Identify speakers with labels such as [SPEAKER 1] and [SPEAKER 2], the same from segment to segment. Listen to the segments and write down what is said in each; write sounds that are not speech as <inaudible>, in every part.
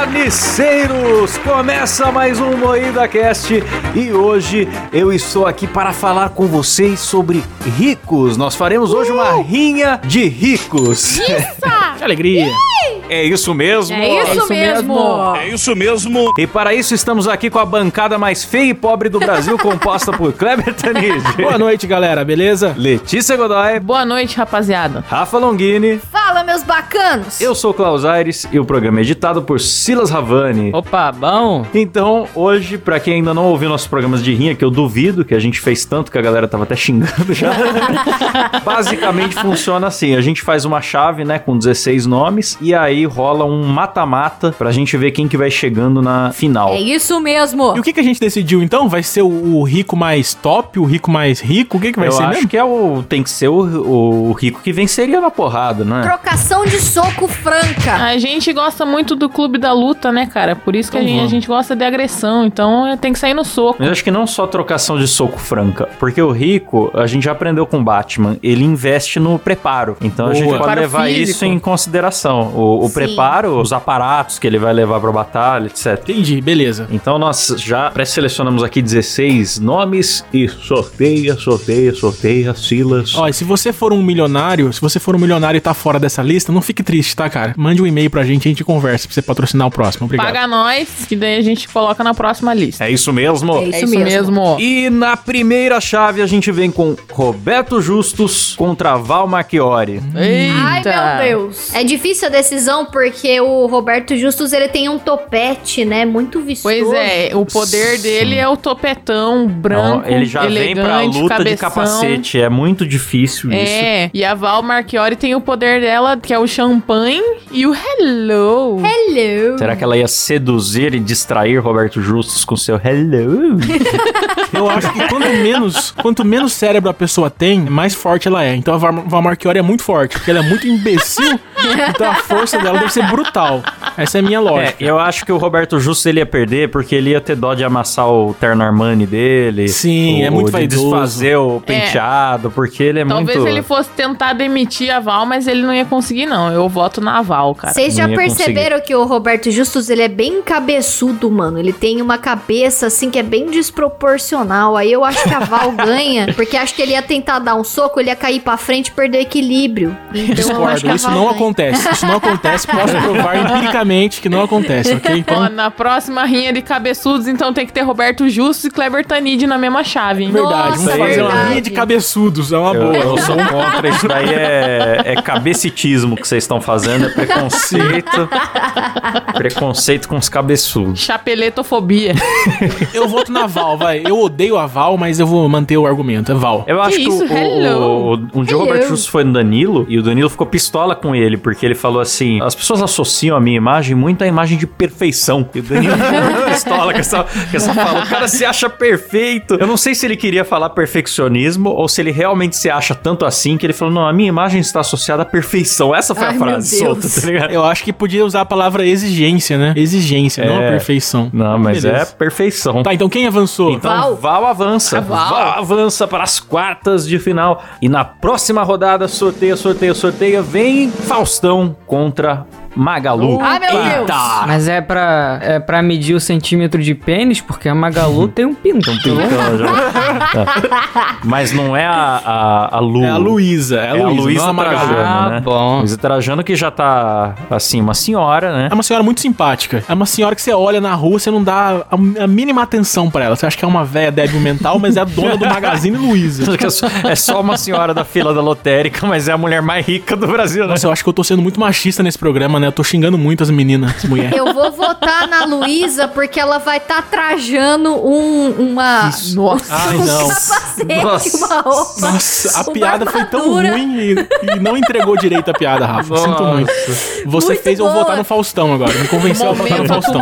[SPEAKER 1] carniceiros! Começa mais um Moída Cast e hoje eu estou aqui para falar com vocês sobre ricos. Nós faremos hoje uma rinha de ricos.
[SPEAKER 2] Isso!
[SPEAKER 3] Que alegria!
[SPEAKER 1] É isso mesmo?
[SPEAKER 2] É isso,
[SPEAKER 3] isso
[SPEAKER 2] mesmo.
[SPEAKER 3] mesmo.
[SPEAKER 4] É isso mesmo.
[SPEAKER 1] E para isso estamos aqui com a bancada mais feia e pobre do Brasil, composta por Kleber <laughs> Tanid,
[SPEAKER 3] Boa noite, galera, beleza?
[SPEAKER 1] Letícia Godoy,
[SPEAKER 2] Boa noite, rapaziada.
[SPEAKER 1] Rafa Longini.
[SPEAKER 5] Fala, meus bacanos!
[SPEAKER 1] Eu sou o Klaus Aires e o programa é editado por Silas Ravani.
[SPEAKER 3] Opa, bom?
[SPEAKER 1] Então, hoje, pra quem ainda não ouviu nossos programas de rinha, que eu duvido, que a gente fez tanto que a galera tava até xingando já. <laughs> Basicamente funciona assim: a gente faz uma chave, né, com 16 nomes, e aí rola um mata-mata pra gente ver quem que vai chegando na final.
[SPEAKER 5] É isso mesmo!
[SPEAKER 3] E o que, que a gente decidiu então? Vai ser o, o rico mais top, o rico mais rico? O que, que vai
[SPEAKER 1] eu
[SPEAKER 3] ser
[SPEAKER 1] acho
[SPEAKER 3] mesmo?
[SPEAKER 1] que é o, tem que ser o, o rico que venceria na porrada, né?
[SPEAKER 5] Trocação de soco franca!
[SPEAKER 2] A gente gosta muito do clube da luta, né, cara? Por isso que a
[SPEAKER 1] Uhum.
[SPEAKER 2] gente, a gente gosta de agressão, então é, tem que sair no soco.
[SPEAKER 1] Mas eu acho que não só trocação de soco franca, porque o rico, a gente já aprendeu com o Batman, ele investe no preparo. Então a
[SPEAKER 3] Boa.
[SPEAKER 1] gente pode
[SPEAKER 2] Preparo
[SPEAKER 1] levar
[SPEAKER 2] físico.
[SPEAKER 1] isso em consideração. O, o
[SPEAKER 5] Sim.
[SPEAKER 1] preparo, os aparatos que ele vai levar pra batalha, etc.
[SPEAKER 3] Entendi, beleza.
[SPEAKER 1] Então nós já pré-selecionamos aqui 16 nomes e sorteia, sorteia, sorteia, Silas.
[SPEAKER 3] Ó, e se você for um milionário, se você for um milionário e tá fora dessa lista, não fique triste, tá, cara? Mande um e-mail pra gente, a gente conversa pra você patrocinar o próximo. Obrigado.
[SPEAKER 2] Paga nós, que daí a gente coloca na próxima lista.
[SPEAKER 1] É isso mesmo?
[SPEAKER 5] É isso mesmo.
[SPEAKER 1] E na primeira chave a gente vem com Roberto Justus contra Val Marchiori.
[SPEAKER 2] Eita.
[SPEAKER 5] Ai, meu Deus! É difícil a decisão porque o Roberto Justus ele tem um topete, né? Muito vistoso.
[SPEAKER 2] Pois é, o poder
[SPEAKER 1] Sim.
[SPEAKER 2] dele é o topetão branco,
[SPEAKER 1] ele já vem
[SPEAKER 2] elegante,
[SPEAKER 1] pra luta
[SPEAKER 2] cabeção.
[SPEAKER 1] de capacete. É muito difícil isso.
[SPEAKER 2] É, e a Val Marchiori tem o poder dela, que é o champanhe e o hello.
[SPEAKER 5] Hello!
[SPEAKER 1] Será que ela ia seduzir e distrair Roberto Justus com seu hello?
[SPEAKER 3] Eu acho que quanto menos, quanto menos cérebro a pessoa tem, mais forte ela é. Então a Val Val Marchiori é muito forte, porque ela é muito imbecil, então a força dela deve ser brutal. Essa é a
[SPEAKER 1] <laughs>
[SPEAKER 3] minha
[SPEAKER 1] é,
[SPEAKER 3] lógica.
[SPEAKER 1] eu acho que o Roberto Justus ele ia perder porque ele ia ter dó de amassar o terno Armani dele.
[SPEAKER 3] Sim,
[SPEAKER 1] o-
[SPEAKER 3] é muito
[SPEAKER 1] de
[SPEAKER 3] vaidoso.
[SPEAKER 1] desfazer o penteado, porque ele é
[SPEAKER 2] É. Talvez
[SPEAKER 1] muito...
[SPEAKER 2] ele fosse tentar demitir a Val, mas ele não ia conseguir, não. Eu voto na Val, cara.
[SPEAKER 5] Vocês já
[SPEAKER 1] não ia
[SPEAKER 5] perceberam que o Roberto Justus ele é bem cabeçudo, mano. Ele tem uma cabeça assim que é bem desproporcional. Aí eu acho que a <laughs> Val ganha, porque acho que ele ia tentar dar um soco, ele ia cair pra frente e perder o
[SPEAKER 3] <laughs>
[SPEAKER 5] equilíbrio. Então eu acho que
[SPEAKER 3] Discordo,
[SPEAKER 5] a
[SPEAKER 3] isso
[SPEAKER 5] Val
[SPEAKER 3] não
[SPEAKER 5] ganha.
[SPEAKER 3] acontece. Isso não acontece. Posso provar empiricamente que não acontece, ok?
[SPEAKER 2] Ó,
[SPEAKER 3] Então,
[SPEAKER 2] na próxima rinha de cabeçudos, então tem que ter Roberto Justo e Kleber Tanid na mesma chave, hein?
[SPEAKER 3] verdade.
[SPEAKER 5] Nossa,
[SPEAKER 3] Vamos fazer uma
[SPEAKER 1] verdade.
[SPEAKER 3] linha de cabeçudos. É uma
[SPEAKER 1] Eu,
[SPEAKER 3] boa.
[SPEAKER 2] <laughs>
[SPEAKER 1] eu sou um contra, isso daí é, é cabecitismo que vocês estão fazendo, é
[SPEAKER 2] <laughs>
[SPEAKER 1] preconceito. preconceito com os cabeçudos.
[SPEAKER 3] <laughs>
[SPEAKER 2] Chapeletofobia.
[SPEAKER 3] Eu voto na Val, vai. Eu odeio a Val, mas eu vou manter o argumento. É Val.
[SPEAKER 1] Eu acho que,
[SPEAKER 2] isso,
[SPEAKER 1] o, o,
[SPEAKER 2] hello.
[SPEAKER 1] o- um dia o Robert Justus foi no Danilo e o Danilo ficou pistola com ele, porque ele falou assim: as pessoas associam a minha imagem muito à imagem de perfeição. E o Danilo ficou muito pistola com essa, com essa fala. O cara se acha perfeito. Eu não sei se ele queria falar perfeccionismo ou se ele realmente se acha tanto assim que ele falou: não, a minha imagem está associada à perfeição. Essa foi a
[SPEAKER 5] Ai, meu
[SPEAKER 1] frase
[SPEAKER 5] Deus.
[SPEAKER 1] solta, tá ligado?
[SPEAKER 3] Eu acho que podia usar a palavra exigência, né? Exigência, não a
[SPEAKER 1] É.
[SPEAKER 3] perfeição.
[SPEAKER 1] Não, mas
[SPEAKER 3] Beleza.
[SPEAKER 1] é perfeição.
[SPEAKER 3] Tá, então quem avançou?
[SPEAKER 1] Então, Val,
[SPEAKER 5] Val.
[SPEAKER 1] avança. Val.
[SPEAKER 2] Val.
[SPEAKER 1] avança para as quartas de final. E na próxima rodada, sorteia, sorteia, sorteia. Vem Faustão contra Magalu. Tá.
[SPEAKER 5] Ai, meu Deus.
[SPEAKER 6] <laughs> Mas é pra, é pra medir o centímetro de pênis, porque a Magalu tem um pinto.
[SPEAKER 1] Então, já- Mas não é a, a, a Lu.
[SPEAKER 3] É a Luísa. É a Luísa. não a Magalu.
[SPEAKER 1] Trajano,
[SPEAKER 6] Ah,
[SPEAKER 1] né?
[SPEAKER 6] bom.
[SPEAKER 1] Luísa Trajano que já tá, assim, uma senhora, né? <laughs>
[SPEAKER 3] É uma senhora muito simpática. É uma senhora que você olha na rua, você não dá a, a mínima atenção pra ela. Você acha que é uma velha débil mental, mas é a
[SPEAKER 1] <laughs>
[SPEAKER 3] dona do Magazine Luiza.
[SPEAKER 1] É só- É só uma senhora da fila da lotérica, mas é a mulher mais rica do Brasil, né?
[SPEAKER 3] Nossa, eu acho que eu tô sendo muito machista nesse programa, né? Eu tô xingando muito as meninas, as mulheres.
[SPEAKER 5] Eu vou votar na Luísa porque ela vai estar trajando um, uma.
[SPEAKER 2] Nossa.
[SPEAKER 5] <laughs>
[SPEAKER 3] Ai,
[SPEAKER 5] um
[SPEAKER 3] não.
[SPEAKER 5] capacete,
[SPEAKER 1] Nossa.
[SPEAKER 5] uma roupa.
[SPEAKER 3] Nossa, a
[SPEAKER 5] uma
[SPEAKER 3] piada foi tão
[SPEAKER 5] armadura.
[SPEAKER 3] ruim e, e não entregou direito a piada, Rafa. Sinto muito. Você
[SPEAKER 5] Muito
[SPEAKER 3] fez eu
[SPEAKER 5] boa.
[SPEAKER 3] votar no Faustão agora. Me convenceu a votar no
[SPEAKER 2] Momento do
[SPEAKER 3] Faustão.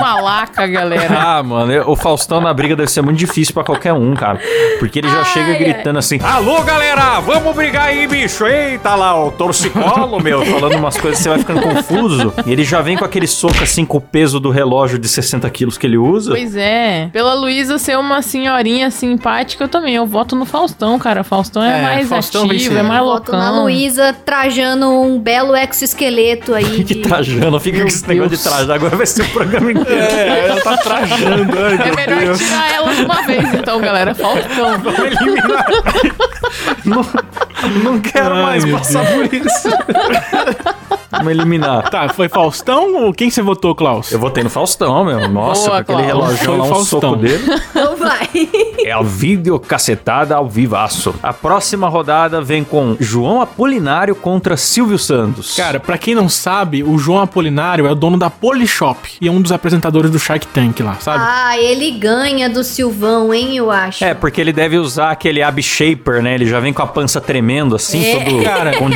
[SPEAKER 3] <laughs>
[SPEAKER 2] malaca, galera.
[SPEAKER 1] <laughs> Ah, mano, eu- o Faustão na briga deve ser muito difícil pra qualquer um, cara. Porque ele já chega gritando assim: Alô, galera, vamos brigar aí, bicho. Eita lá, o torcicolo, meu, falando umas coisas, você vai ficando confuso. vindo. E ele já vem com aquele soco assim com o peso do relógio de 60 quilos que ele usa.
[SPEAKER 2] Pois é. Pela Luísa ser uma senhorinha simpática, eu também. Eu voto no Faustão, cara. Faustão é,
[SPEAKER 3] É,
[SPEAKER 2] mais
[SPEAKER 3] Faustão
[SPEAKER 2] ativo,
[SPEAKER 3] venceu.
[SPEAKER 2] é mais
[SPEAKER 5] Voto na
[SPEAKER 2] loucão.
[SPEAKER 5] Luísa trajando um belo exoesqueleto
[SPEAKER 3] <laughs>
[SPEAKER 5] aí.
[SPEAKER 1] Fique
[SPEAKER 5] de- <laughs>
[SPEAKER 1] trajando, fica com esse negócio de
[SPEAKER 6] Deus.
[SPEAKER 1] trajar. Agora vai ser o programa inteiro.
[SPEAKER 3] É, ela tá trajando.
[SPEAKER 2] É melhor tirar ela de uma vez, então,
[SPEAKER 3] <laughs>
[SPEAKER 2] galera. Faustão.
[SPEAKER 1] Não, não quero
[SPEAKER 3] Ai,
[SPEAKER 1] mais
[SPEAKER 3] meu
[SPEAKER 1] passar por isso. Vamos eliminar.
[SPEAKER 3] Tá, foi Faustão ou quem você votou, Klaus?
[SPEAKER 1] Eu votei no Faustão, meu. Nossa,
[SPEAKER 2] Boa,
[SPEAKER 1] com aquele
[SPEAKER 2] Cláudio.
[SPEAKER 1] relógio lá, um
[SPEAKER 3] Foi Faustão.
[SPEAKER 1] soco dele.
[SPEAKER 5] Então vai.
[SPEAKER 1] É a videocacetada ao vivaço. A próxima rodada vem com João Apolinário contra Silvio Santos.
[SPEAKER 3] Cara, pra quem não sabe, o João Apolinário é o dono da Polishop e é um dos apresentadores do Shark Tank lá, sabe?
[SPEAKER 5] Ah, ele ganha do Silvão, hein, eu acho.
[SPEAKER 1] É, porque ele deve usar aquele ab-shaper, né? Ele já vem com a pança tremendo, assim,
[SPEAKER 5] É.
[SPEAKER 1] todo,
[SPEAKER 3] Cara.
[SPEAKER 1] con-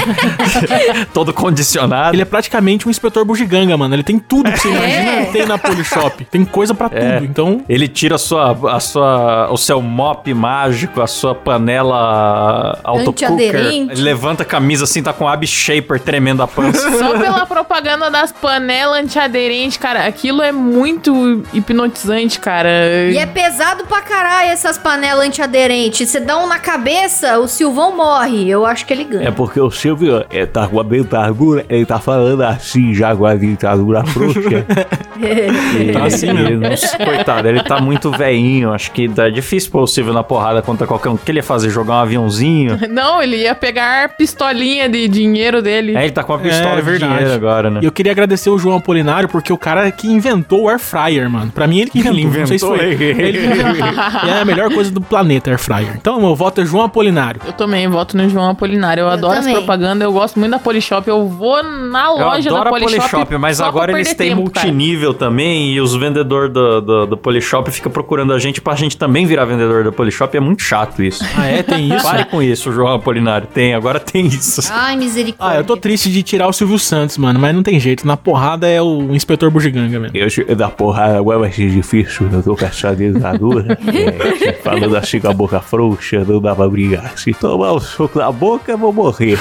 [SPEAKER 1] <laughs> todo condicionado.
[SPEAKER 3] Ele é praticamente um inspetor bugiganga, mano. Ele tem tudo que você
[SPEAKER 5] É?
[SPEAKER 3] imagina, ele tem na Polishop. Tem coisa pra tudo. Então,
[SPEAKER 1] Ele tira a sua, a sua, o seu mop mágico, a sua panela autocooker.
[SPEAKER 5] Antiaderente.
[SPEAKER 1] Ele levanta a camisa assim, tá com ab shaper tremendo a pança.
[SPEAKER 2] Só pela propaganda das panelas antiaderentes, cara. Aquilo é muito hipnotizante, cara.
[SPEAKER 5] E é pesado pra caralho essas panelas antiaderentes. Você dá um na cabeça, o Silvão morre. Eu acho que ele
[SPEAKER 1] É
[SPEAKER 5] ganha.
[SPEAKER 4] porque o Silvio é, tá com a dentadura, ele tá falando assim já com a dentadura frouxa.
[SPEAKER 1] E-
[SPEAKER 3] Tá assim
[SPEAKER 1] e-
[SPEAKER 3] mesmo.
[SPEAKER 1] nossa, coitado, ele tá muito veinho. Acho que é difícil pôr o Silvio na porrada contra qualquer um. O que ele ia fazer? Jogar um aviãozinho?
[SPEAKER 2] Não, ele ia pegar pistolinha de dinheiro dele. <laughs>
[SPEAKER 1] É, ele tá com uma pistola
[SPEAKER 3] É,
[SPEAKER 1] de
[SPEAKER 3] verdade.
[SPEAKER 1] dinheiro agora, né?
[SPEAKER 3] E eu queria agradecer o João Apolinário, porque o cara que inventou o Air Fryer, mano. Pra mim, ele que inventou. não sei se foi.
[SPEAKER 1] <laughs>
[SPEAKER 3] Ele que inventou. E é a melhor coisa do planeta, Air Fryer. Então, meu voto é João Apolinário.
[SPEAKER 2] Eu também voto no João Apolinário. Eu, adoro
[SPEAKER 5] também.
[SPEAKER 2] as propagandas, eu gosto muito da Polishop. Eu vou na
[SPEAKER 1] Eu
[SPEAKER 2] loja
[SPEAKER 1] adoro
[SPEAKER 2] da
[SPEAKER 1] a
[SPEAKER 2] Polishop.
[SPEAKER 1] Polishop, mas
[SPEAKER 2] só pra
[SPEAKER 1] agora eles
[SPEAKER 2] perder
[SPEAKER 1] têm
[SPEAKER 2] tempo, cara.
[SPEAKER 1] multinível também e os vendedores da, da, da Polishop ficam procurando a gente pra gente também virar vendedor da Polishop. É muito chato isso.
[SPEAKER 3] <laughs> Ah, é? Tem isso?
[SPEAKER 1] Pare com isso, João Apolinário. Tem, agora tem isso.
[SPEAKER 5] Ai, misericórdia.
[SPEAKER 3] Ah, eu tô triste de tirar o Silvio Santos, mano, mas não tem jeito. Na porrada é o inspetor bugiganga, mesmo.
[SPEAKER 4] Eu che- da é, porrada, agora vai ser difícil, eu tô com
[SPEAKER 1] <laughs>
[SPEAKER 4] essa dentadura. é, falando assim com a boca frouxa, não dá pra brigar. Se tomar um soco na boca, eu vou morrer.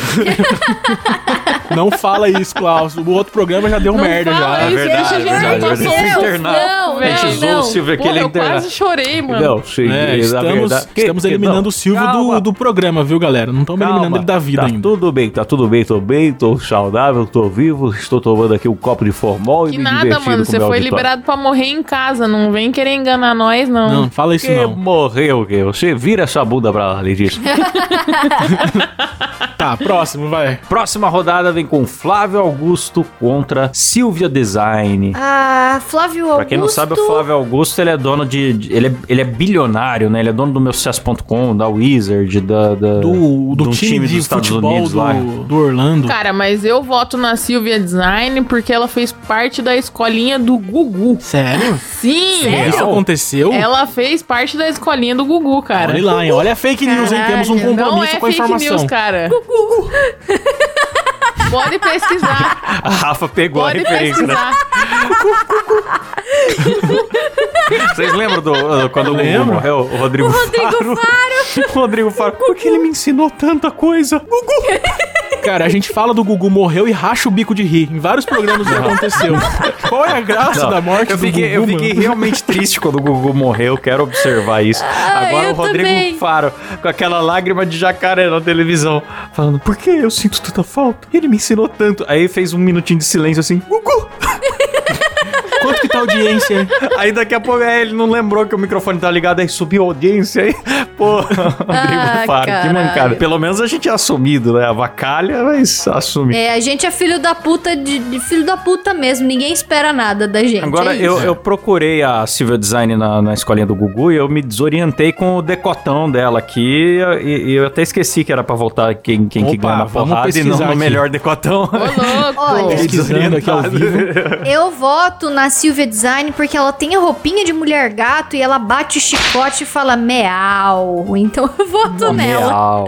[SPEAKER 3] Não fala isso, Klaus. O outro programa já deu
[SPEAKER 2] Não
[SPEAKER 3] merda é
[SPEAKER 2] fala
[SPEAKER 3] já.
[SPEAKER 2] isso, deixa a gente
[SPEAKER 5] verdade.
[SPEAKER 2] passou
[SPEAKER 5] Meu,
[SPEAKER 1] Internauta.
[SPEAKER 5] não,
[SPEAKER 1] A gente
[SPEAKER 5] não,
[SPEAKER 1] usou o Silvio aqui,
[SPEAKER 2] Porra,
[SPEAKER 1] ele é
[SPEAKER 2] eu
[SPEAKER 1] internauta.
[SPEAKER 2] quase chorei, mano.
[SPEAKER 4] Não, sim,
[SPEAKER 3] É, estamos, estamos eliminando o Silvio do, do programa, viu, galera? Não estamos eliminando ele da vida
[SPEAKER 4] tá
[SPEAKER 3] ainda.
[SPEAKER 4] tudo bem, tá tudo bem, tô bem, tô saudável, tô vivo, estou tomando aqui um copo de formol e
[SPEAKER 2] Que
[SPEAKER 4] me
[SPEAKER 2] nada,
[SPEAKER 4] divertindo
[SPEAKER 2] mano.
[SPEAKER 4] com
[SPEAKER 2] Você
[SPEAKER 4] meu
[SPEAKER 2] foi
[SPEAKER 4] auditório.
[SPEAKER 2] liberado pra morrer em casa. Não vem querer enganar nós, não.
[SPEAKER 3] Não, fala isso
[SPEAKER 4] Que
[SPEAKER 3] não.
[SPEAKER 4] morreu, que você vira essa bunda pra lá, Letícia.
[SPEAKER 3] Tá, próximo, vai.
[SPEAKER 1] Próxima rodada vem com Flávio Augusto contra Silvia Design.
[SPEAKER 5] Ah, Flávio Augusto.
[SPEAKER 1] Pra quem não sabe, o Flávio Augusto, ele é dono de... de- ele, é, ele é bilionário, né? Ele é dono do meu sucesso.com, da Wizard, da... da
[SPEAKER 3] Do, do
[SPEAKER 1] um
[SPEAKER 3] time,
[SPEAKER 1] dos
[SPEAKER 3] de
[SPEAKER 1] Estados
[SPEAKER 3] futebol
[SPEAKER 1] Unidos lá.
[SPEAKER 3] do, do Orlando.
[SPEAKER 2] Cara, mas eu voto na Silvia Design porque ela fez parte da escolinha do Gugu.
[SPEAKER 3] Sério?
[SPEAKER 2] Sim! é
[SPEAKER 3] Isso aconteceu?
[SPEAKER 2] Ela fez parte da escolinha do Gugu, É cara.
[SPEAKER 3] Uh. Olha lá, hein? Olha a fake news, hein? Temos um
[SPEAKER 5] Caralho,
[SPEAKER 2] Não
[SPEAKER 3] compromisso
[SPEAKER 2] é
[SPEAKER 3] com a
[SPEAKER 2] fake
[SPEAKER 3] informação.
[SPEAKER 2] news, cara. Pode
[SPEAKER 3] <laughs>
[SPEAKER 2] pesquisar.
[SPEAKER 1] <laughs> A Rafa pegou a
[SPEAKER 2] pode
[SPEAKER 1] referência, né?
[SPEAKER 2] pesquisar.
[SPEAKER 1] Vocês lembram do, uh, quando o Gugu
[SPEAKER 3] Lembro.
[SPEAKER 1] morreu? O Rodrigo, Faro. o Rodrigo Faro. Por que ele me ensinou tanta coisa?
[SPEAKER 2] <laughs>
[SPEAKER 3] Cara, a gente fala do Gugu morreu e racha o bico de rir. Em vários programas isso
[SPEAKER 1] <laughs>
[SPEAKER 3] aconteceu. Qual é a graça
[SPEAKER 1] Não,
[SPEAKER 3] da morte
[SPEAKER 1] eu fiquei,
[SPEAKER 3] do
[SPEAKER 1] eu
[SPEAKER 3] Gugu,
[SPEAKER 1] fiquei
[SPEAKER 3] mano?
[SPEAKER 1] realmente triste quando o Gugu morreu, quero observar isso. Agora
[SPEAKER 5] Ah, eu
[SPEAKER 1] o Rodrigo
[SPEAKER 5] também.
[SPEAKER 1] Faro, com aquela lágrima de jacaré na televisão, falando, por que eu sinto tanta falta? Ele me ensinou tanto. Aí fez um minutinho de silêncio assim, Gugu!
[SPEAKER 3] Quanto que tá a audiência?
[SPEAKER 1] <laughs>
[SPEAKER 3] hein?
[SPEAKER 1] Aí daqui a pouco é, ele não lembrou que o microfone tá ligado, aí subiu a audiência aí. Pô, <laughs> Rodrigo
[SPEAKER 5] Ah,
[SPEAKER 1] Faro, que
[SPEAKER 5] caralho.
[SPEAKER 1] mancada. Pelo menos a gente é assumido, né? A vacalha, mas assume.
[SPEAKER 5] É, a gente é filho da puta de, de filho da puta mesmo. Ninguém espera nada da gente.
[SPEAKER 1] Agora,
[SPEAKER 5] é
[SPEAKER 1] eu,
[SPEAKER 5] isso.
[SPEAKER 1] eu procurei a Silvia Design na, na escolinha do Gugu e eu me desorientei com o decotão dela aqui. E, e eu até esqueci que era pra voltar quem, quem que
[SPEAKER 3] Opa,
[SPEAKER 1] ganha na
[SPEAKER 3] vamos
[SPEAKER 1] porrada e não
[SPEAKER 3] pesquisar
[SPEAKER 1] no
[SPEAKER 3] aqui.
[SPEAKER 1] melhor decotão. <laughs>
[SPEAKER 2] Ô, louco.
[SPEAKER 5] Olha.
[SPEAKER 3] Pesquisando aqui ao vivo.
[SPEAKER 5] Eu voto na Silvia Design porque ela tem a roupinha de mulher gato e ela bate o chicote e fala meau. Real. Então eu voto nela.
[SPEAKER 1] Real.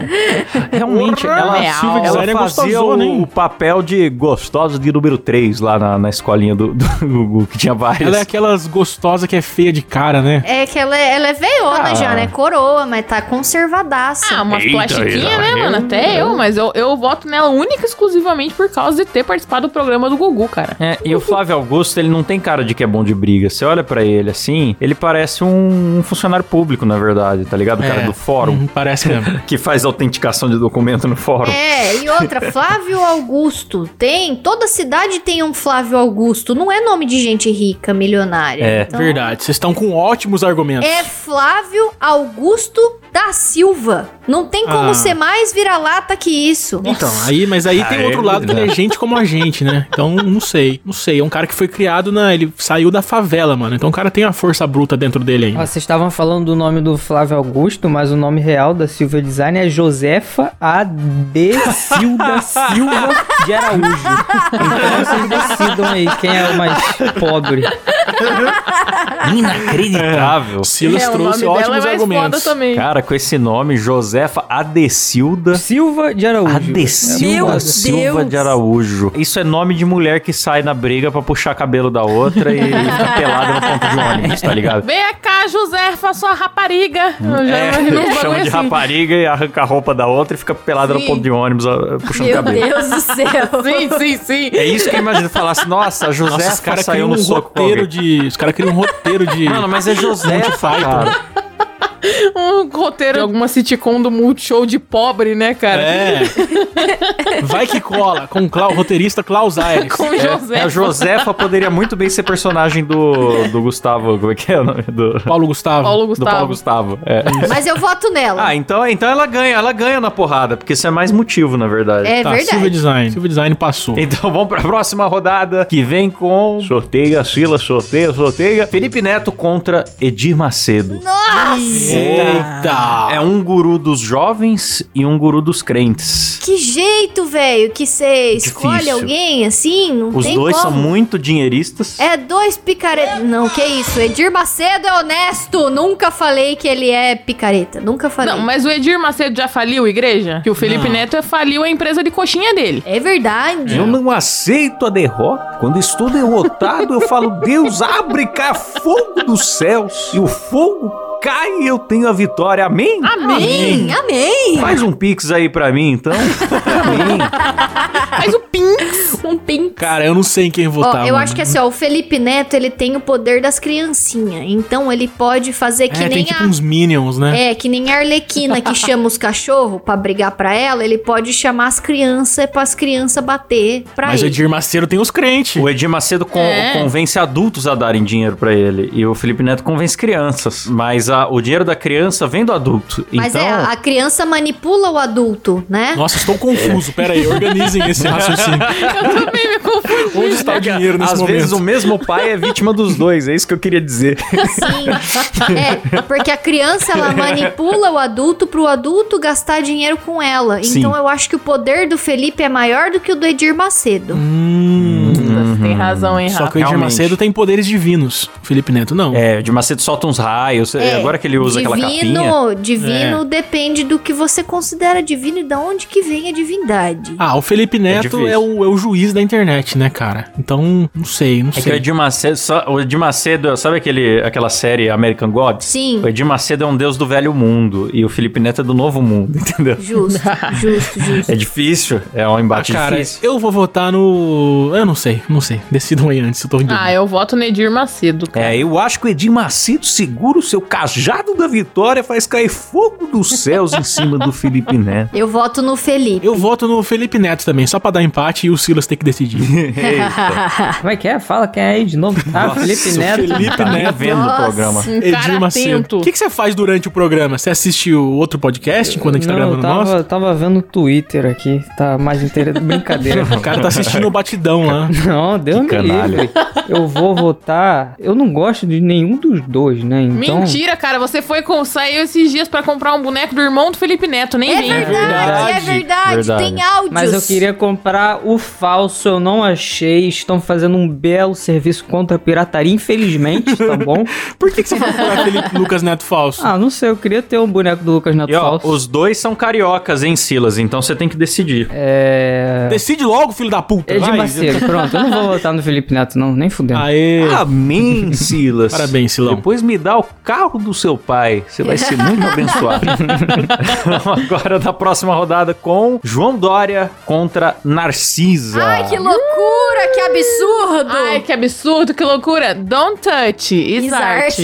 [SPEAKER 1] Realmente,
[SPEAKER 3] Porra,
[SPEAKER 1] ela,
[SPEAKER 2] real.
[SPEAKER 1] Silvia ela
[SPEAKER 3] Ela
[SPEAKER 1] fazia
[SPEAKER 3] é gostosona,
[SPEAKER 1] o,
[SPEAKER 3] hein?
[SPEAKER 1] o papel de gostosa de número 3 lá na, na escolinha do, <laughs> do Gugu, que tinha várias.
[SPEAKER 3] Ela é aquelas gostosas que é feia de cara, né?
[SPEAKER 5] É que ela, é- ela é veiona
[SPEAKER 1] Ah.
[SPEAKER 5] já, né? Coroa, mas tá conservadaça.
[SPEAKER 2] Ah, umas
[SPEAKER 1] Eita,
[SPEAKER 2] plastiquinhas,
[SPEAKER 1] Isa,
[SPEAKER 2] né,
[SPEAKER 1] eu-
[SPEAKER 2] mano? Até eu, mas eu, eu voto nela única e exclusivamente por causa de ter participado do programa do Gugu, cara.
[SPEAKER 1] É, e o Flávio Augusto, ele não tem cara de que é bom de briga. Você olha pra ele assim, ele parece um, um funcionário público, na verdade, tá ligado? O cara
[SPEAKER 3] É.
[SPEAKER 1] do fórum,
[SPEAKER 3] Hum, parece
[SPEAKER 1] <laughs>
[SPEAKER 3] mesmo.
[SPEAKER 1] que faz autenticação de documento no fórum.
[SPEAKER 5] É, e outra, Flávio Augusto. Tem, toda cidade tem um Flávio Augusto. Não é nome de gente rica, milionária.
[SPEAKER 1] É.
[SPEAKER 5] Então,
[SPEAKER 3] Verdade. Vocês estão com ótimos argumentos.
[SPEAKER 5] É Flávio Augusto da Silva. Não tem como
[SPEAKER 3] Ah.
[SPEAKER 5] ser mais vira-lata que isso.
[SPEAKER 3] Então, aí, mas aí tem
[SPEAKER 1] Aí,
[SPEAKER 3] outro lado que ele é
[SPEAKER 1] né?
[SPEAKER 3] gente como a gente, né? Então, não sei. Não sei. É um cara que foi criado na. Ele saiu da favela, mano. Então o cara tem a força bruta dentro dele
[SPEAKER 6] Ó,
[SPEAKER 3] ainda.
[SPEAKER 6] vocês estavam falando do nome do Flávio Augusto, mas o nome real da Silvia Design é Josefa Adecil da Silva de Araújo. Então vocês decidam aí quem é o mais pobre.
[SPEAKER 1] Inacreditável.
[SPEAKER 3] O Silas
[SPEAKER 2] é, o nome
[SPEAKER 3] trouxe
[SPEAKER 2] dela é
[SPEAKER 3] ótimos
[SPEAKER 2] mais foda
[SPEAKER 3] argumentos.
[SPEAKER 1] <laughs>
[SPEAKER 2] também.
[SPEAKER 1] Cara, com esse nome, Josefa Adecilda.
[SPEAKER 6] Silva de Araújo.
[SPEAKER 1] Adecilda
[SPEAKER 6] Meu
[SPEAKER 1] Silva
[SPEAKER 6] Deus.
[SPEAKER 1] de Araújo. Isso é nome de mulher que sai na briga pra puxar cabelo da outra e fica pelada no ponto de ônibus, tá ligado? É,
[SPEAKER 2] Vem cá, Josefa, sua rapariga. Eu
[SPEAKER 3] É,
[SPEAKER 2] já
[SPEAKER 3] <laughs>
[SPEAKER 2] imagino
[SPEAKER 1] chama
[SPEAKER 2] uns um bagulho
[SPEAKER 1] de
[SPEAKER 2] assim.
[SPEAKER 1] rapariga e arranca a roupa da outra e fica pelada no
[SPEAKER 2] Sim.
[SPEAKER 1] ponto de ônibus ó, puxando
[SPEAKER 5] Meu
[SPEAKER 1] cabelo. <laughs>
[SPEAKER 5] Deus do céu.
[SPEAKER 2] Sim, sim, sim.
[SPEAKER 1] É isso que eu imagino falasse, nossa, a
[SPEAKER 3] Nossa, os
[SPEAKER 1] Josefa
[SPEAKER 3] caras
[SPEAKER 1] saiu
[SPEAKER 3] criam um
[SPEAKER 1] no soco é? com
[SPEAKER 3] roteiro
[SPEAKER 1] alguém.
[SPEAKER 3] de. Os caras criam um roteiro de.
[SPEAKER 1] Mano, mas é Josefa, cara.
[SPEAKER 3] É.
[SPEAKER 2] Um roteiro de alguma sitcom do Multishow de pobre, né, cara?
[SPEAKER 3] É. Vai que cola com o Clau- o roteirista Klaus Aires.
[SPEAKER 2] <laughs> Com
[SPEAKER 1] É, a
[SPEAKER 2] Josefa.
[SPEAKER 1] Josefa poderia muito bem ser personagem do, do Gustavo, como é que é o nome? Do,
[SPEAKER 3] Paulo Gustavo.
[SPEAKER 2] Paulo
[SPEAKER 1] do Paulo
[SPEAKER 2] Gustavo.
[SPEAKER 1] Gustavo, é.
[SPEAKER 5] Mas eu voto nela.
[SPEAKER 1] Ah, então, então ela ganha, ela ganha na porrada, porque isso é mais motivo, na verdade.
[SPEAKER 5] é
[SPEAKER 3] tá, Silvia
[SPEAKER 5] verdade.
[SPEAKER 3] Design. Silvia Design passou.
[SPEAKER 1] Então vamos pra próxima rodada, que vem com
[SPEAKER 4] Sorteia, Silas, sorteia, sorteia.
[SPEAKER 1] Felipe Neto contra Edir Macedo.
[SPEAKER 3] Eita!
[SPEAKER 1] É um guru dos jovens e um guru dos crentes.
[SPEAKER 5] Que jeito, velho, que você escolhe
[SPEAKER 1] Difícil.
[SPEAKER 5] alguém assim? Não
[SPEAKER 1] Os
[SPEAKER 5] tem
[SPEAKER 1] dois
[SPEAKER 5] como.
[SPEAKER 1] são muito dinheiristas.
[SPEAKER 5] É dois picareta. Não, que isso. Edir Macedo é honesto. Nunca falei que ele é picareta. Nunca falei.
[SPEAKER 2] Não, mas o Edir Macedo já faliu a igreja? Que o Felipe Neto faliu a empresa de
[SPEAKER 3] <laughs>
[SPEAKER 2] coxinha dele.
[SPEAKER 5] É verdade.
[SPEAKER 1] Eu não aceito a derrota. Quando estou derrotado, eu falo: Deus, abre cá fogo dos céus. E o fogo cai e eu tenho a vitória. Amém?
[SPEAKER 2] Amém!
[SPEAKER 5] Amém, amém.
[SPEAKER 1] Faz um pix aí pra mim, então. Amém.
[SPEAKER 2] Mas o Pim
[SPEAKER 5] Um pin.
[SPEAKER 3] Cara, eu não sei em quem
[SPEAKER 5] Ó,
[SPEAKER 3] votar.
[SPEAKER 5] eu
[SPEAKER 3] mano.
[SPEAKER 5] acho que assim, ó, o Felipe Neto, ele tem o poder das criancinhas. Então ele pode fazer que
[SPEAKER 3] é,
[SPEAKER 5] nem
[SPEAKER 3] tem
[SPEAKER 5] a
[SPEAKER 3] tipo uns Minions, né?
[SPEAKER 5] É, que nem a Arlequina
[SPEAKER 3] <laughs>
[SPEAKER 5] que chama os cachorros pra brigar pra ela, ele pode chamar as crianças para as crianças bater pra
[SPEAKER 3] Mas é o
[SPEAKER 5] ele.
[SPEAKER 3] Edir Macedo tem os crentes.
[SPEAKER 1] O Edir Macedo con-
[SPEAKER 2] É.
[SPEAKER 1] convence adultos a darem dinheiro pra ele. E o Felipe Neto convence crianças. Mas a- o dinheiro da criança vem do adulto.
[SPEAKER 5] Mas
[SPEAKER 1] então.
[SPEAKER 5] é, a criança manipula o adulto, né?
[SPEAKER 3] um, Nossa, estou confuso.
[SPEAKER 1] É.
[SPEAKER 3] Pera aí, organizem
[SPEAKER 1] <laughs>
[SPEAKER 3] esse raciocínio.
[SPEAKER 2] também me confundi.
[SPEAKER 3] Onde está o dinheiro nesse
[SPEAKER 1] Às
[SPEAKER 3] momento?
[SPEAKER 1] vezes o mesmo pai é vítima dos dois, é isso que eu queria dizer.
[SPEAKER 5] Sim. é, porque a criança
[SPEAKER 3] <laughs>
[SPEAKER 5] ela manipula o adulto pro adulto gastar dinheiro com ela.
[SPEAKER 1] Sim.
[SPEAKER 5] Então eu acho que o poder do Felipe é maior do que o do Edir Macedo.
[SPEAKER 2] Você tem razão,
[SPEAKER 3] Hum,
[SPEAKER 2] hein,
[SPEAKER 3] Uhum. Só
[SPEAKER 2] Rafa?
[SPEAKER 3] que o Edir
[SPEAKER 1] Realmente.
[SPEAKER 3] Macedo tem poderes divinos. Felipe Neto não.
[SPEAKER 1] É, de Macedo solta uns raios.
[SPEAKER 5] É,
[SPEAKER 1] agora que ele usa aquela capinha. É.
[SPEAKER 5] divino, divino depende do que você considera divino e da onde que vem a divindade.
[SPEAKER 3] Ah, o Felipe Neto
[SPEAKER 1] difícil.
[SPEAKER 3] é, o, é o juiz da internet, né, cara? Então, não sei, não
[SPEAKER 1] É que o
[SPEAKER 3] sei.
[SPEAKER 1] Edir Macedo, só- o Edir Macedo, sabe aquele, aquela série American Gods?
[SPEAKER 5] Sim.
[SPEAKER 1] O Edir Macedo é um deus do velho mundo e o Felipe Neto é do novo mundo, <laughs> entendeu?
[SPEAKER 5] Justo, justo, justo.
[SPEAKER 1] É difícil, é um
[SPEAKER 3] Ah,
[SPEAKER 1] embate
[SPEAKER 3] cara,
[SPEAKER 1] difícil.
[SPEAKER 3] eu vou votar no. Eu não sei, não sei. Decidam aí antes, eu tô em dúvida.
[SPEAKER 2] Ah, eu voto no Edir Macedo, cara.
[SPEAKER 1] É, eu acho que o Edir Macedo segura o seu cajado da vitória, faz cair fogo dos céus em cima do Felipe <laughs> Neto.
[SPEAKER 5] Eu voto no Felipe.
[SPEAKER 3] Eu voto no Felipe Neto também, só pra dar empate e o Silas tem que decidir.
[SPEAKER 6] Como é que é? Fala quem é aí de novo. Ah,
[SPEAKER 1] Nossa,
[SPEAKER 6] Felipe
[SPEAKER 1] o
[SPEAKER 6] Neto.
[SPEAKER 1] Felipe tá Neto. vendo <laughs> o programa.
[SPEAKER 2] Um cara atento.
[SPEAKER 3] O que, que você faz durante o programa? Você assiste o outro podcast enquanto a gente tá
[SPEAKER 6] Não, eu
[SPEAKER 3] gravando o
[SPEAKER 6] <laughs>
[SPEAKER 3] nosso?
[SPEAKER 6] tava, tava vendo o Twitter aqui. Tá mais inteira. Brincadeira.
[SPEAKER 3] O cara tá assistindo o batidão lá.
[SPEAKER 6] não, Deus me
[SPEAKER 4] canalha.
[SPEAKER 6] livre. Eu vou votar. Eu não gosto de nenhum dos dois, né?
[SPEAKER 3] é,
[SPEAKER 6] Então.
[SPEAKER 2] Mentira, cara. Você foi com. Saiu esses dias pra comprar um boneco do irmão do Felipe Neto. Nem
[SPEAKER 5] É
[SPEAKER 2] vem.
[SPEAKER 5] verdade, é
[SPEAKER 1] verdade.
[SPEAKER 5] verdade,
[SPEAKER 1] Verdade.
[SPEAKER 5] tem áudios.
[SPEAKER 6] Mas eu queria comprar o falso, eu não achei. Estão fazendo um belo serviço contra a pirataria,
[SPEAKER 1] <laughs>
[SPEAKER 6] infelizmente, tá bom?
[SPEAKER 3] Por que, que você foi procurar aquele Lucas Neto falso?
[SPEAKER 6] Ah, não sei, eu queria ter um boneco do Lucas Neto
[SPEAKER 1] E ó,
[SPEAKER 6] falso.
[SPEAKER 1] os dois são cariocas, hein, Silas? Então você tem que decidir.
[SPEAKER 6] É.
[SPEAKER 3] Decide logo, filho da puta.
[SPEAKER 6] É de
[SPEAKER 3] vai.
[SPEAKER 6] Macedo, pronto. Eu não vou votar no Felipe Neto, não, nem fudendo.
[SPEAKER 3] Aê.
[SPEAKER 1] Amém, <laughs> Silas.
[SPEAKER 3] Parabéns, Silão.
[SPEAKER 1] Depois me dá o carro do seu pai. Você vai ser muito abençoado. <laughs> Agora da próxima rodada com João Dória contra Narcisa.
[SPEAKER 5] Ai, que loucura, que absurdo.
[SPEAKER 2] Ai, que absurdo, que loucura. Don't touch. Is,
[SPEAKER 5] Is
[SPEAKER 2] art.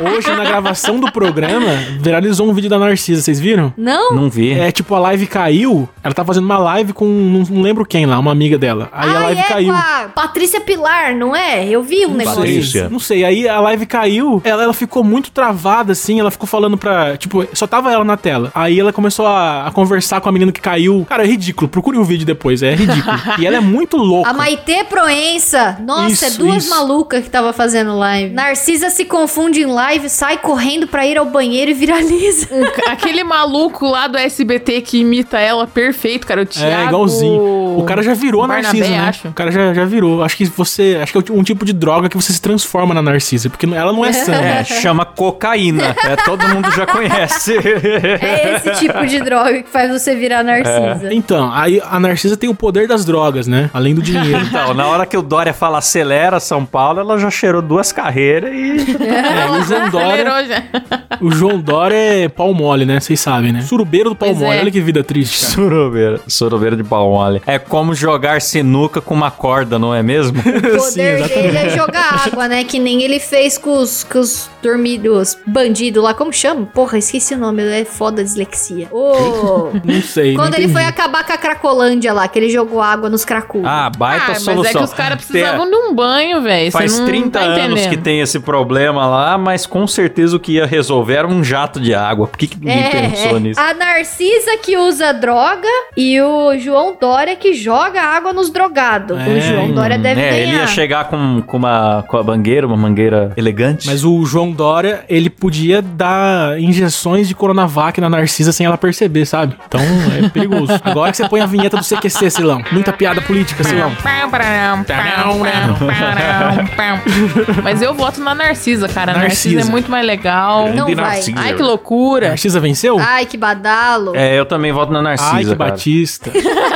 [SPEAKER 3] Hoje, na gravação do programa, viralizou um vídeo da Narcisa, vocês viram?
[SPEAKER 5] Não?
[SPEAKER 1] Não vi.
[SPEAKER 3] É, tipo, a live caiu. Ela tá fazendo uma live com não, não lembro quem lá, uma amiga dela. Aí a
[SPEAKER 5] Ai,
[SPEAKER 3] live
[SPEAKER 5] é
[SPEAKER 3] caiu.
[SPEAKER 5] com a Patrícia Pilar, não é? Eu vi um negócio.
[SPEAKER 4] sei.
[SPEAKER 3] Patrícia. Não sei, aí a live caiu, ela, ela ficou muito travada, assim, ela ficou falando pra. Tipo, só tava ela na tela. Aí ela começou a, a conversar com a menina que caiu. Cara, é ridículo. Procure o vídeo depois,
[SPEAKER 5] <laughs>
[SPEAKER 3] é ridículo. e ela é muito louca.
[SPEAKER 5] A Maitê Proença. Nossa, é
[SPEAKER 3] Isso,
[SPEAKER 5] duas
[SPEAKER 3] isso.
[SPEAKER 5] malucas que tava fazendo live. Narcisa se confunde em live, sai correndo pra ir ao banheiro e viraliza.
[SPEAKER 2] <laughs> Aquele maluco lá do SBT que imita ela perfeito, cara. O
[SPEAKER 3] É,
[SPEAKER 2] Thiago...
[SPEAKER 3] igualzinho. O cara já virou a
[SPEAKER 2] Barnabé,
[SPEAKER 3] Narcisa, né?
[SPEAKER 2] acho.
[SPEAKER 3] O cara já, já virou. Acho que você. Acho que é um tipo de droga que você se transforma na Narcisa. Porque
[SPEAKER 5] <laughs>
[SPEAKER 3] ela não é sã.
[SPEAKER 1] É, chama cocaína. É, todo mundo já conhece.
[SPEAKER 5] <laughs> é esse tipo de droga que faz você virar Narcisa.
[SPEAKER 3] Então, aí a Narcisa tem o poder das drogas, né? Além
[SPEAKER 5] <laughs>
[SPEAKER 3] do dinheiro.
[SPEAKER 1] <laughs> Então, na hora que o Dória fala acelera São Paulo, ela já cheirou duas carreiras <laughs> e.
[SPEAKER 3] é, o
[SPEAKER 2] <laughs>
[SPEAKER 3] João Dória,
[SPEAKER 2] Acelerou já.
[SPEAKER 3] o João Dória é pau mole, né? Vocês sabem, né? Surubeiro do pau
[SPEAKER 2] Pois
[SPEAKER 3] mole.
[SPEAKER 2] é.
[SPEAKER 3] Olha que vida triste, cara.
[SPEAKER 1] Sorobeira. Sorobeira de pau mole. É como jogar sinuca com uma corda, não é
[SPEAKER 2] <laughs>
[SPEAKER 1] mesmo?
[SPEAKER 5] O
[SPEAKER 3] Sim,
[SPEAKER 5] poder
[SPEAKER 3] exatamente.
[SPEAKER 5] dele é jogar água, né? Que nem ele fez com os, com os dormidos bandidos lá. Como chama? Porra, esqueci o nome. É foda a dislexia. Ô.
[SPEAKER 3] Não sei.
[SPEAKER 5] <laughs> Quando
[SPEAKER 3] não
[SPEAKER 5] ele
[SPEAKER 3] entendi.
[SPEAKER 5] foi acabar com a Cracolândia lá, que ele jogou água nos cracudos.
[SPEAKER 1] Ah,
[SPEAKER 2] Ah,
[SPEAKER 1] baita
[SPEAKER 2] mas
[SPEAKER 1] solução.
[SPEAKER 2] é que os caras
[SPEAKER 1] Tem-
[SPEAKER 2] precisavam de um banho, velho. Cê
[SPEAKER 1] Faz
[SPEAKER 2] não
[SPEAKER 1] 30
[SPEAKER 2] tá
[SPEAKER 1] anos
[SPEAKER 2] entendendo.
[SPEAKER 1] que tem esse problema lá, mas com certeza o que ia resolver era um jato de água. Por que, que
[SPEAKER 2] É,
[SPEAKER 1] ninguém pensou nisso?
[SPEAKER 5] É, A Narcisa que usa droga e o João Dória que joga água nos drogados.
[SPEAKER 3] É,
[SPEAKER 5] o João Dória deve
[SPEAKER 1] é, ele ia
[SPEAKER 5] ganhar.
[SPEAKER 1] chegar com, com, uma, com a mangueira, uma mangueira elegante.
[SPEAKER 3] Mas o João Dória, ele podia dar injeções de Coronavac na Narcisa sem ela perceber, sabe? Então é
[SPEAKER 5] <laughs>
[SPEAKER 3] perigoso. Agora que você põe a vinheta do CQC, Silão. Muita piada política,
[SPEAKER 1] um-
[SPEAKER 3] Silão.
[SPEAKER 2] Mas eu voto na Narcisa, cara. Narcisa,
[SPEAKER 3] Narcisa.
[SPEAKER 2] é muito mais legal.
[SPEAKER 5] Não vai.
[SPEAKER 2] Ai, que loucura.
[SPEAKER 3] Narcisa venceu?
[SPEAKER 5] Ai, que badalo.
[SPEAKER 1] É, eu também voto na Narcisa,
[SPEAKER 3] Ai, que
[SPEAKER 1] cara.
[SPEAKER 3] Batista.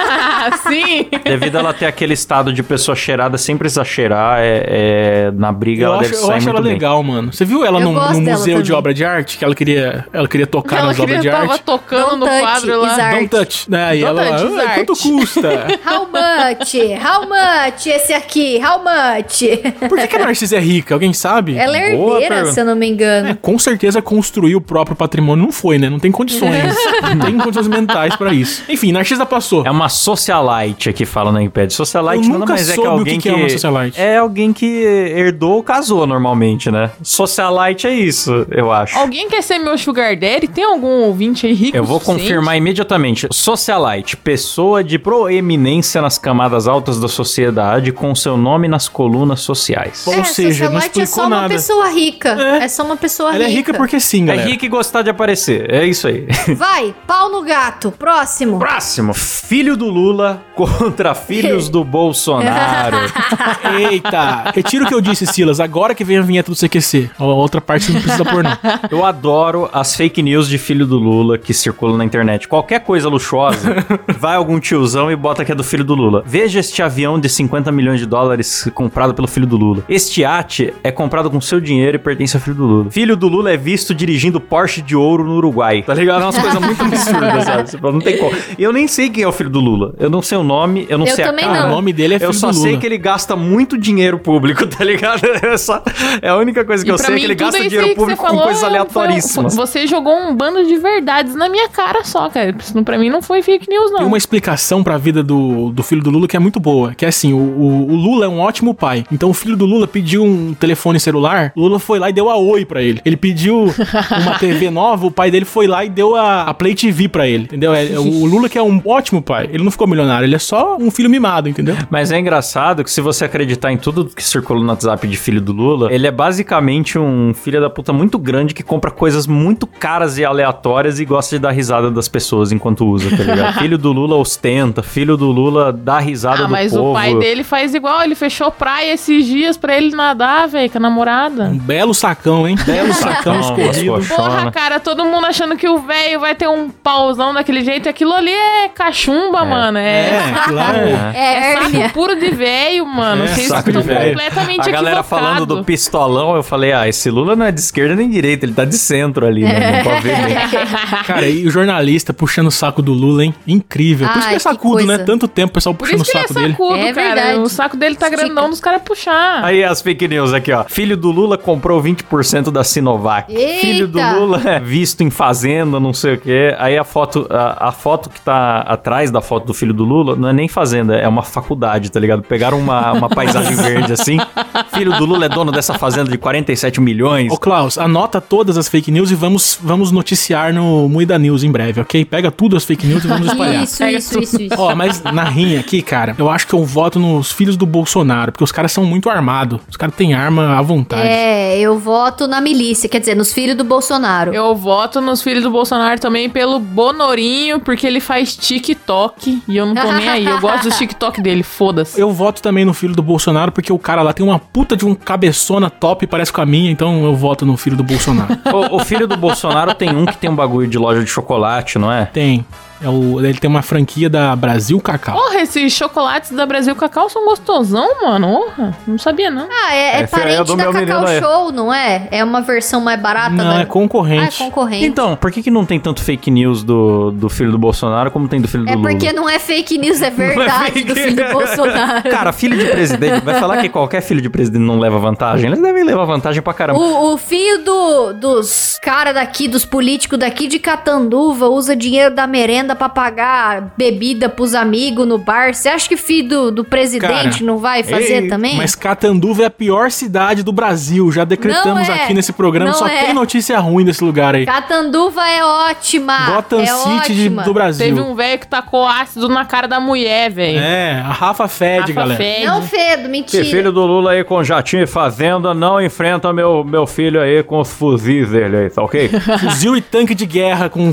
[SPEAKER 2] Ah, <laughs> sim.
[SPEAKER 1] Devido ela ter aquele estado de pessoa cheirada sem precisar cheirar, é, é, na briga
[SPEAKER 3] Eu
[SPEAKER 1] ela
[SPEAKER 3] acho,
[SPEAKER 1] deve
[SPEAKER 3] eu
[SPEAKER 1] sair
[SPEAKER 3] acho
[SPEAKER 1] muito
[SPEAKER 3] ela
[SPEAKER 1] bem.
[SPEAKER 3] legal, mano. Você viu ela
[SPEAKER 5] Eu
[SPEAKER 3] num,
[SPEAKER 5] gosto
[SPEAKER 3] num
[SPEAKER 5] dela
[SPEAKER 3] museu de
[SPEAKER 5] também.
[SPEAKER 3] obra de arte? Que ela queria, ela queria tocar
[SPEAKER 2] Ela
[SPEAKER 3] nas obras
[SPEAKER 2] queria
[SPEAKER 3] de
[SPEAKER 2] tava
[SPEAKER 3] arte?
[SPEAKER 2] tocando no
[SPEAKER 5] Don't touch,
[SPEAKER 2] quadro lá.
[SPEAKER 5] is art.
[SPEAKER 3] Don't touch. Né? E
[SPEAKER 2] Don't
[SPEAKER 3] ela,
[SPEAKER 2] touch,
[SPEAKER 3] "Ah,
[SPEAKER 2] arte."
[SPEAKER 3] quanto custa?
[SPEAKER 5] How much? How much esse aqui? How much?
[SPEAKER 3] Por que, que a Narcisa é rica? Alguém sabe?
[SPEAKER 5] Ela é
[SPEAKER 1] Boa
[SPEAKER 5] herdeira,
[SPEAKER 1] pergunta.
[SPEAKER 5] se eu não me
[SPEAKER 3] É,
[SPEAKER 5] engano.
[SPEAKER 3] com certeza construir o próprio patrimônio não foi, né? Não tem condições. não tem condições mentais pra isso. Enfim, Narcisa passou.
[SPEAKER 1] É uma socialite aqui fala na Impede. Socialite
[SPEAKER 3] Eu
[SPEAKER 1] nada
[SPEAKER 3] nunca
[SPEAKER 1] mais é que
[SPEAKER 3] soube o
[SPEAKER 1] alguém
[SPEAKER 3] que que é uma socialite.
[SPEAKER 1] É alguém que herdou ou casou normalmente, né? Socialite é isso, eu acho.
[SPEAKER 2] Alguém quer ser meu sugar daddy? Tem algum ouvinte aí rico?
[SPEAKER 1] Eu vou
[SPEAKER 2] o suficiente?
[SPEAKER 1] confirmar imediatamente. Socialite, pessoa de proeminência nas camadas altas da sociedade, com seu nome nas colunas sociais.
[SPEAKER 3] Ou
[SPEAKER 5] é,
[SPEAKER 3] seja, não
[SPEAKER 5] socialite é só
[SPEAKER 3] explicou
[SPEAKER 5] uma
[SPEAKER 3] nada.
[SPEAKER 5] pessoa rica. É, só uma pessoa
[SPEAKER 3] Ela é rica porque sim,
[SPEAKER 1] É
[SPEAKER 3] galera.
[SPEAKER 1] rico e gostar de aparecer, é isso aí.
[SPEAKER 5] Vai, pau no gato. Próximo.
[SPEAKER 1] Próximo, filho do Lula contra filhos
[SPEAKER 3] <laughs>
[SPEAKER 1] do Bolsonaro.
[SPEAKER 3] Eita! Retiro o que eu disse, Silas. Agora que vem a vinheta do CQC. A outra parte você não precisa pôr, não.
[SPEAKER 1] <laughs> Eu adoro as fake news de filho do Lula que circulam na internet. Qualquer coisa <laughs> luxuosa, vai algum tiozão e bota que é do filho do Lula. Veja este avião de 50 milhões de dólares comprado pelo filho do Lula. Este iate é comprado com seu dinheiro e pertence ao filho do Lula. Filho do Lula é visto dirigindo Porsche de ouro no Uruguai. Tá ligado? É umas coisas muito absurdas, sabe? Você fala, Não tem como. Eu nem sei quem é o filho do Lula. Eu não sei o nome, eu não
[SPEAKER 5] Eu
[SPEAKER 1] sei
[SPEAKER 5] também
[SPEAKER 1] a
[SPEAKER 5] não.
[SPEAKER 1] cara.
[SPEAKER 3] O nome dele é filho
[SPEAKER 1] Eu só
[SPEAKER 3] do
[SPEAKER 1] <laughs>
[SPEAKER 3] Lula.
[SPEAKER 1] sei que ele gasta muito dinheiro público, tá ligado? É, só- é a única coisa que
[SPEAKER 2] E
[SPEAKER 1] eu
[SPEAKER 2] pra
[SPEAKER 1] sei é
[SPEAKER 2] mim
[SPEAKER 1] que ele
[SPEAKER 2] tudo
[SPEAKER 1] gasta
[SPEAKER 2] é isso
[SPEAKER 1] dinheiro
[SPEAKER 2] aí que
[SPEAKER 1] público
[SPEAKER 2] você
[SPEAKER 1] com
[SPEAKER 2] falou,
[SPEAKER 1] coisas
[SPEAKER 2] foi-
[SPEAKER 1] aleatoríssimas.
[SPEAKER 2] você jogou um bando de verdades na minha cara só, cara. Isso não- pra mim não foi fake news,
[SPEAKER 3] Tem
[SPEAKER 2] não.
[SPEAKER 3] uma explicação pra vida do, do filho do Lula que é muito boa. Que é assim, o, o- o Lula é um ótimo pai. Então o filho do Lula pediu um telefone celular, o Lula foi lá e deu a Oi pra ele. Ele pediu
[SPEAKER 2] <laughs>
[SPEAKER 3] uma TV nova, o pai dele foi lá e deu a, a Play TV pra ele, entendeu? É, o Lula que é um ótimo pai. Ele não ficou milionário, ele é só um filho mimado, entendeu?
[SPEAKER 1] Mas é engraçado que se você acreditar em tudo que circula no WhatsApp de filho do Lula, ele é basicamente um filho da puta muito grande que compra coisas muito caras e aleatórias e gosta de dar risada das pessoas enquanto usa, tá ligado? <laughs> filho do Lula ostenta, filho do Lula dá risada
[SPEAKER 2] Ah,
[SPEAKER 1] do
[SPEAKER 2] mas
[SPEAKER 1] povo.
[SPEAKER 2] o pai dele faz igual, ele fechou praia esses dias pra ele nadar, velho, com a namorada.
[SPEAKER 1] Hum,
[SPEAKER 3] Um belo sacão, hein? Belo sacão
[SPEAKER 1] Não,
[SPEAKER 3] escorrido.
[SPEAKER 1] mas, poxa,
[SPEAKER 2] Porra,
[SPEAKER 1] né?
[SPEAKER 2] cara, todo mundo achando que o velho vai ter um pauzão daquele jeito. Aquilo ali é cachumba, mano. É.
[SPEAKER 3] É, claro.
[SPEAKER 5] É,
[SPEAKER 2] É
[SPEAKER 5] hérnia.
[SPEAKER 2] saco puro de velho, mano.
[SPEAKER 3] É,
[SPEAKER 2] Vocês
[SPEAKER 1] saco de
[SPEAKER 2] estão
[SPEAKER 1] velho.
[SPEAKER 2] completamente
[SPEAKER 1] A galera
[SPEAKER 2] equivocados.
[SPEAKER 1] falando do pistolão, eu falei, ah, esse Lula não é de esquerda nem direita, ele tá de centro ali, né? Não pode <laughs> ver bem.
[SPEAKER 3] Cara, e o jornalista puxando o saco do Lula, hein? Incrível. Por isso que
[SPEAKER 5] Ai,
[SPEAKER 3] é
[SPEAKER 5] que
[SPEAKER 3] sacudo, né?
[SPEAKER 5] coisa.
[SPEAKER 3] Tanto tempo o pessoal
[SPEAKER 2] Por
[SPEAKER 3] puxando
[SPEAKER 2] isso
[SPEAKER 3] o
[SPEAKER 2] que ele é
[SPEAKER 3] saco dele.
[SPEAKER 2] sacudo,
[SPEAKER 5] É
[SPEAKER 2] cara.
[SPEAKER 5] verdade.
[SPEAKER 2] O saco dele tá
[SPEAKER 5] Estica.
[SPEAKER 2] grandão dos
[SPEAKER 1] <laughs>
[SPEAKER 2] caras puxar.
[SPEAKER 1] Aí as fake news aqui, ó. Filho do Lula comprou 20% da Sinovac.
[SPEAKER 5] Eita!
[SPEAKER 1] Filho do Lula é visto em fazenda, não sei o quê. Aí a foto, a, a foto que tá atrás da foto do filho do Lula não é nem fazenda, é uma faculdade, tá ligado? Pegaram uma, uma <laughs> paisagem verde assim. Filho do Lula é dono dessa fazenda de 47 milhões.
[SPEAKER 3] Ô Klaus, anota todas as fake news e vamos, vamos noticiar no Muida News em breve, ok? Pega tudo as fake news
[SPEAKER 5] <laughs>
[SPEAKER 3] e vamos espalhar.
[SPEAKER 5] Isso, isso, isso, isso.
[SPEAKER 3] Ó, mas na rinha aqui, cara, eu acho que eu voto nos filhos do Bolsonaro, porque os caras são muito armados. Os caras têm arma à vontade.
[SPEAKER 5] É, eu voto na milícia, quer dizer, nos filhos do Bolsonaro.
[SPEAKER 2] Eu voto nos filhos do Bolsonaro também pelo Bonorinho, porque ele faz TikTok e eu não tô nem aí. Eu gosto do TikTok dele, foda-se.
[SPEAKER 3] Eu voto também no filho do Bolsonaro, porque o cara lá tem uma puta de um cabeçona top, parece com a minha, então eu voto no filho do Bolsonaro.
[SPEAKER 5] <laughs>
[SPEAKER 1] O, o filho do Bolsonaro tem um que tem um bagulho de loja de chocolate, não é?
[SPEAKER 3] tem. É o, ele tem uma franquia da Brasil Cacau.
[SPEAKER 2] Porra, esses chocolates da Brasil Cacau são gostosão, mano. Porra, não sabia não.
[SPEAKER 5] Ah, é, é
[SPEAKER 1] É, filho, é
[SPEAKER 5] parente
[SPEAKER 1] do
[SPEAKER 5] da
[SPEAKER 1] meu
[SPEAKER 5] Cacau
[SPEAKER 1] menino aí.
[SPEAKER 5] Show, não é? É uma versão mais barata
[SPEAKER 3] Não,
[SPEAKER 5] da...
[SPEAKER 3] é concorrente.
[SPEAKER 5] Ah, é concorrente.
[SPEAKER 1] Então, por que, que não tem tanto fake news do, do filho do Bolsonaro como tem do filho
[SPEAKER 5] é
[SPEAKER 1] do Lula?
[SPEAKER 5] porque não é fake news,
[SPEAKER 3] <laughs>
[SPEAKER 5] é verdade
[SPEAKER 1] fake.
[SPEAKER 5] do filho do Bolsonaro.
[SPEAKER 1] Cara, filho de presidente, vai falar que qualquer filho de presidente não leva vantagem? Eles devem levar vantagem pra caramba.
[SPEAKER 5] O, o filho do- dos cara daqui, dos políticos daqui de Catanduva, usa dinheiro da merenda pra pagar bebida pros amigos no bar. Você acha que filho do, do presidente
[SPEAKER 3] Cara,
[SPEAKER 5] não vai fazer
[SPEAKER 3] Ei,
[SPEAKER 5] também?
[SPEAKER 3] Mas Catanduva é a pior cidade do Brasil. Já decretamos
[SPEAKER 5] Não é.
[SPEAKER 3] aqui nesse programa.
[SPEAKER 5] Não
[SPEAKER 3] Só
[SPEAKER 5] é.
[SPEAKER 3] tem notícia ruim desse lugar aí.
[SPEAKER 5] Catanduva é ótima!
[SPEAKER 3] Gotham
[SPEAKER 5] é
[SPEAKER 3] City de-
[SPEAKER 5] ótima.
[SPEAKER 3] do Brasil.
[SPEAKER 2] Teve um velho que tacou ácido na cara da mulher, velho.
[SPEAKER 3] É, a Rafa Fed,
[SPEAKER 2] Rafa
[SPEAKER 3] galera.
[SPEAKER 2] fede.
[SPEAKER 5] Não, Fedo, mentira.
[SPEAKER 1] filho do Lula aí com jatinho e fazenda não enfrenta meu, meu filho aí com os fuzis dele aí, tá ok?
[SPEAKER 3] <laughs> Fuzil e tanque de guerra com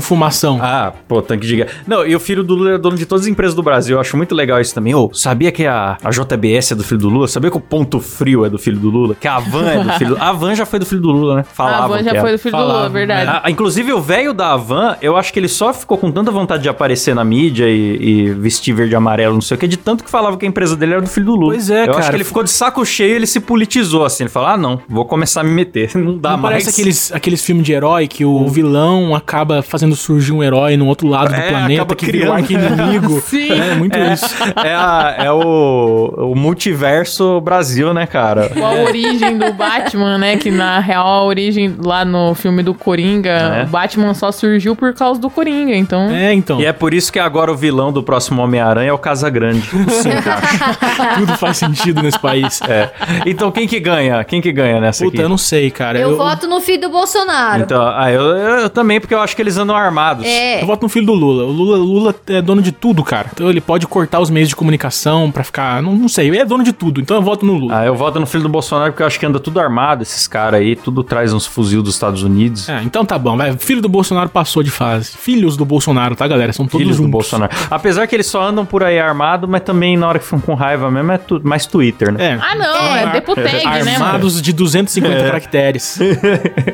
[SPEAKER 1] <laughs>
[SPEAKER 3] fumação.
[SPEAKER 1] ah, pô, tanque de guerra. Não, e o filho do Lula é dono de todas as empresas do Brasil. Eu acho muito legal isso também. Ô, sabia que a, a JBS é do filho do Lula? Sabia que o Ponto Frio é do filho do Lula? Que a Van é do filho do A Van já foi do filho do Lula, né?
[SPEAKER 2] a
[SPEAKER 1] Falavam
[SPEAKER 2] van
[SPEAKER 1] que
[SPEAKER 2] já
[SPEAKER 1] era.
[SPEAKER 2] foi do filho do Lula,
[SPEAKER 3] Falavam,
[SPEAKER 2] verdade.
[SPEAKER 1] Ah, inclusive, o velho da Havan, eu acho que ele só ficou com tanta vontade de aparecer na mídia e, e vestir verde e amarelo, não sei o que, de tanto que falava que a empresa dele era do filho do Lula.
[SPEAKER 3] Pois é,
[SPEAKER 1] eu
[SPEAKER 3] cara.
[SPEAKER 1] acho que ele ficou de saco cheio e ele se politizou, assim. Ele falou, ah, não, vou começar a me meter, <laughs> não dá
[SPEAKER 3] Não
[SPEAKER 1] mais.
[SPEAKER 3] parece aqueles, aqueles filmes de herói que o
[SPEAKER 1] Hum.
[SPEAKER 3] vilão acaba fazendo surgir um herói no outro lado do
[SPEAKER 1] É,
[SPEAKER 3] planeta
[SPEAKER 1] acaba
[SPEAKER 3] que vira um
[SPEAKER 1] criando. <laughs>
[SPEAKER 3] arqui-inimigo.
[SPEAKER 2] Sim.
[SPEAKER 3] É, muito isso.
[SPEAKER 1] É, a- é o, o multiverso Brasil, né, cara?
[SPEAKER 2] Igual a origem do Batman, né? Que na real a origem lá no filme do Coringa,
[SPEAKER 1] É.
[SPEAKER 2] o Batman só surgiu por causa do Coringa, então.
[SPEAKER 3] É, então.
[SPEAKER 1] E é por isso que agora o vilão do próximo Homem-Aranha é o Casagrande.
[SPEAKER 3] <laughs> Tudo faz sentido nesse
[SPEAKER 1] <laughs>
[SPEAKER 3] país.
[SPEAKER 1] assim, É. Então quem que ganha? Quem que ganha nessa
[SPEAKER 3] Puta,
[SPEAKER 1] aqui?
[SPEAKER 3] eu não sei, cara.
[SPEAKER 5] Eu, voto no filho do Bolsonaro.
[SPEAKER 1] Então, ah, eu, eu também, porque eu acho que eles andam armados.
[SPEAKER 5] é.
[SPEAKER 3] Eu voto no filho do Lula. O Lula, Lula é dono de tudo, cara. Então ele pode cortar os meios de comunicação pra ficar. Não, não sei, ele é dono de tudo. Então eu voto no Lula.
[SPEAKER 1] Ah, eu voto no filho do Bolsonaro porque eu acho que anda tudo armado, esses caras aí, tudo traz uns fuzil dos Estados Unidos.
[SPEAKER 3] É, então tá bom, vai. Filho do Bolsonaro passou de fase. Filhos do Bolsonaro, tá, galera? São todos
[SPEAKER 1] Filhos
[SPEAKER 3] juntos.
[SPEAKER 1] do Bolsonaro. Apesar que eles só andam por aí armado, mas também na hora que ficam com raiva mesmo é tu- mais Twitter, né?
[SPEAKER 3] É.
[SPEAKER 2] Ah, não, é,
[SPEAKER 5] É.
[SPEAKER 2] deputeg, né, mano?
[SPEAKER 3] Armados de 250
[SPEAKER 1] É.
[SPEAKER 3] caracteres.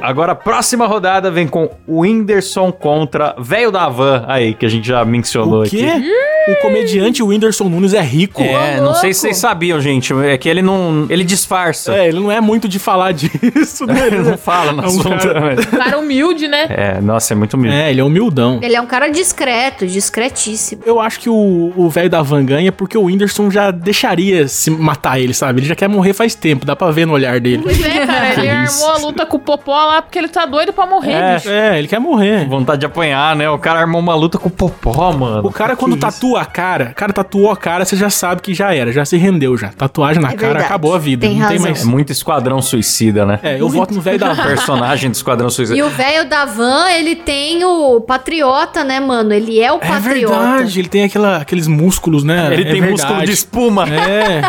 [SPEAKER 1] Agora a próxima rodada vem com o Whindersson contra Velho da Van. Aí, que a gente já mencionou
[SPEAKER 3] o quê?
[SPEAKER 1] aqui.
[SPEAKER 3] O comediante Whindersson Nunes é rico.
[SPEAKER 1] É,
[SPEAKER 5] Ô,
[SPEAKER 1] não sei se
[SPEAKER 5] louco.
[SPEAKER 1] vocês sabiam, gente. É que ele não. Ele disfarça.
[SPEAKER 3] É, ele não é muito de falar disso, né?
[SPEAKER 1] <laughs> Ele não fala no
[SPEAKER 3] É um
[SPEAKER 1] assunto.
[SPEAKER 3] cara-
[SPEAKER 1] mas-
[SPEAKER 2] Cara humilde, né?
[SPEAKER 1] É, nossa, é muito humilde.
[SPEAKER 3] É, ele é humildão.
[SPEAKER 5] Ele é um cara discreto, discretíssimo.
[SPEAKER 3] Eu acho que o o velho da van ganha porque o Whindersson já deixaria se matar ele, sabe? Ele já quer morrer faz tempo, dá pra ver no olhar dele.
[SPEAKER 2] Pois é, cara. Ele
[SPEAKER 3] Feliz.
[SPEAKER 2] armou a luta com o Popó lá porque ele tá doido pra morrer,
[SPEAKER 1] É.
[SPEAKER 2] bicho.
[SPEAKER 3] É, ele quer morrer.
[SPEAKER 1] Vontade de apanhar, né? O cara armou uma luta com o Popó, mano.
[SPEAKER 3] O cara, quando tá tatua a cara, o cara tatuou a cara, você já sabe que já era, já se rendeu já. Tatuagem na
[SPEAKER 5] É
[SPEAKER 3] cara,
[SPEAKER 5] verdade.
[SPEAKER 3] acabou a vida.
[SPEAKER 5] Tem
[SPEAKER 3] não tem
[SPEAKER 5] razão.
[SPEAKER 1] É
[SPEAKER 3] mais.
[SPEAKER 1] muito esquadrão suicida, né?
[SPEAKER 3] É, eu voto no velho da
[SPEAKER 2] <laughs>
[SPEAKER 1] O
[SPEAKER 3] van.
[SPEAKER 1] personagem do esquadrão suicida.
[SPEAKER 5] <laughs> E o velho da van, ele tem o patriota, né, mano? Ele é o
[SPEAKER 3] É
[SPEAKER 5] patriota.
[SPEAKER 3] verdade, ele tem aquela- aqueles músculos, né?
[SPEAKER 1] Ele
[SPEAKER 3] É
[SPEAKER 1] tem músculo
[SPEAKER 3] verdade.
[SPEAKER 1] de espuma.
[SPEAKER 3] É,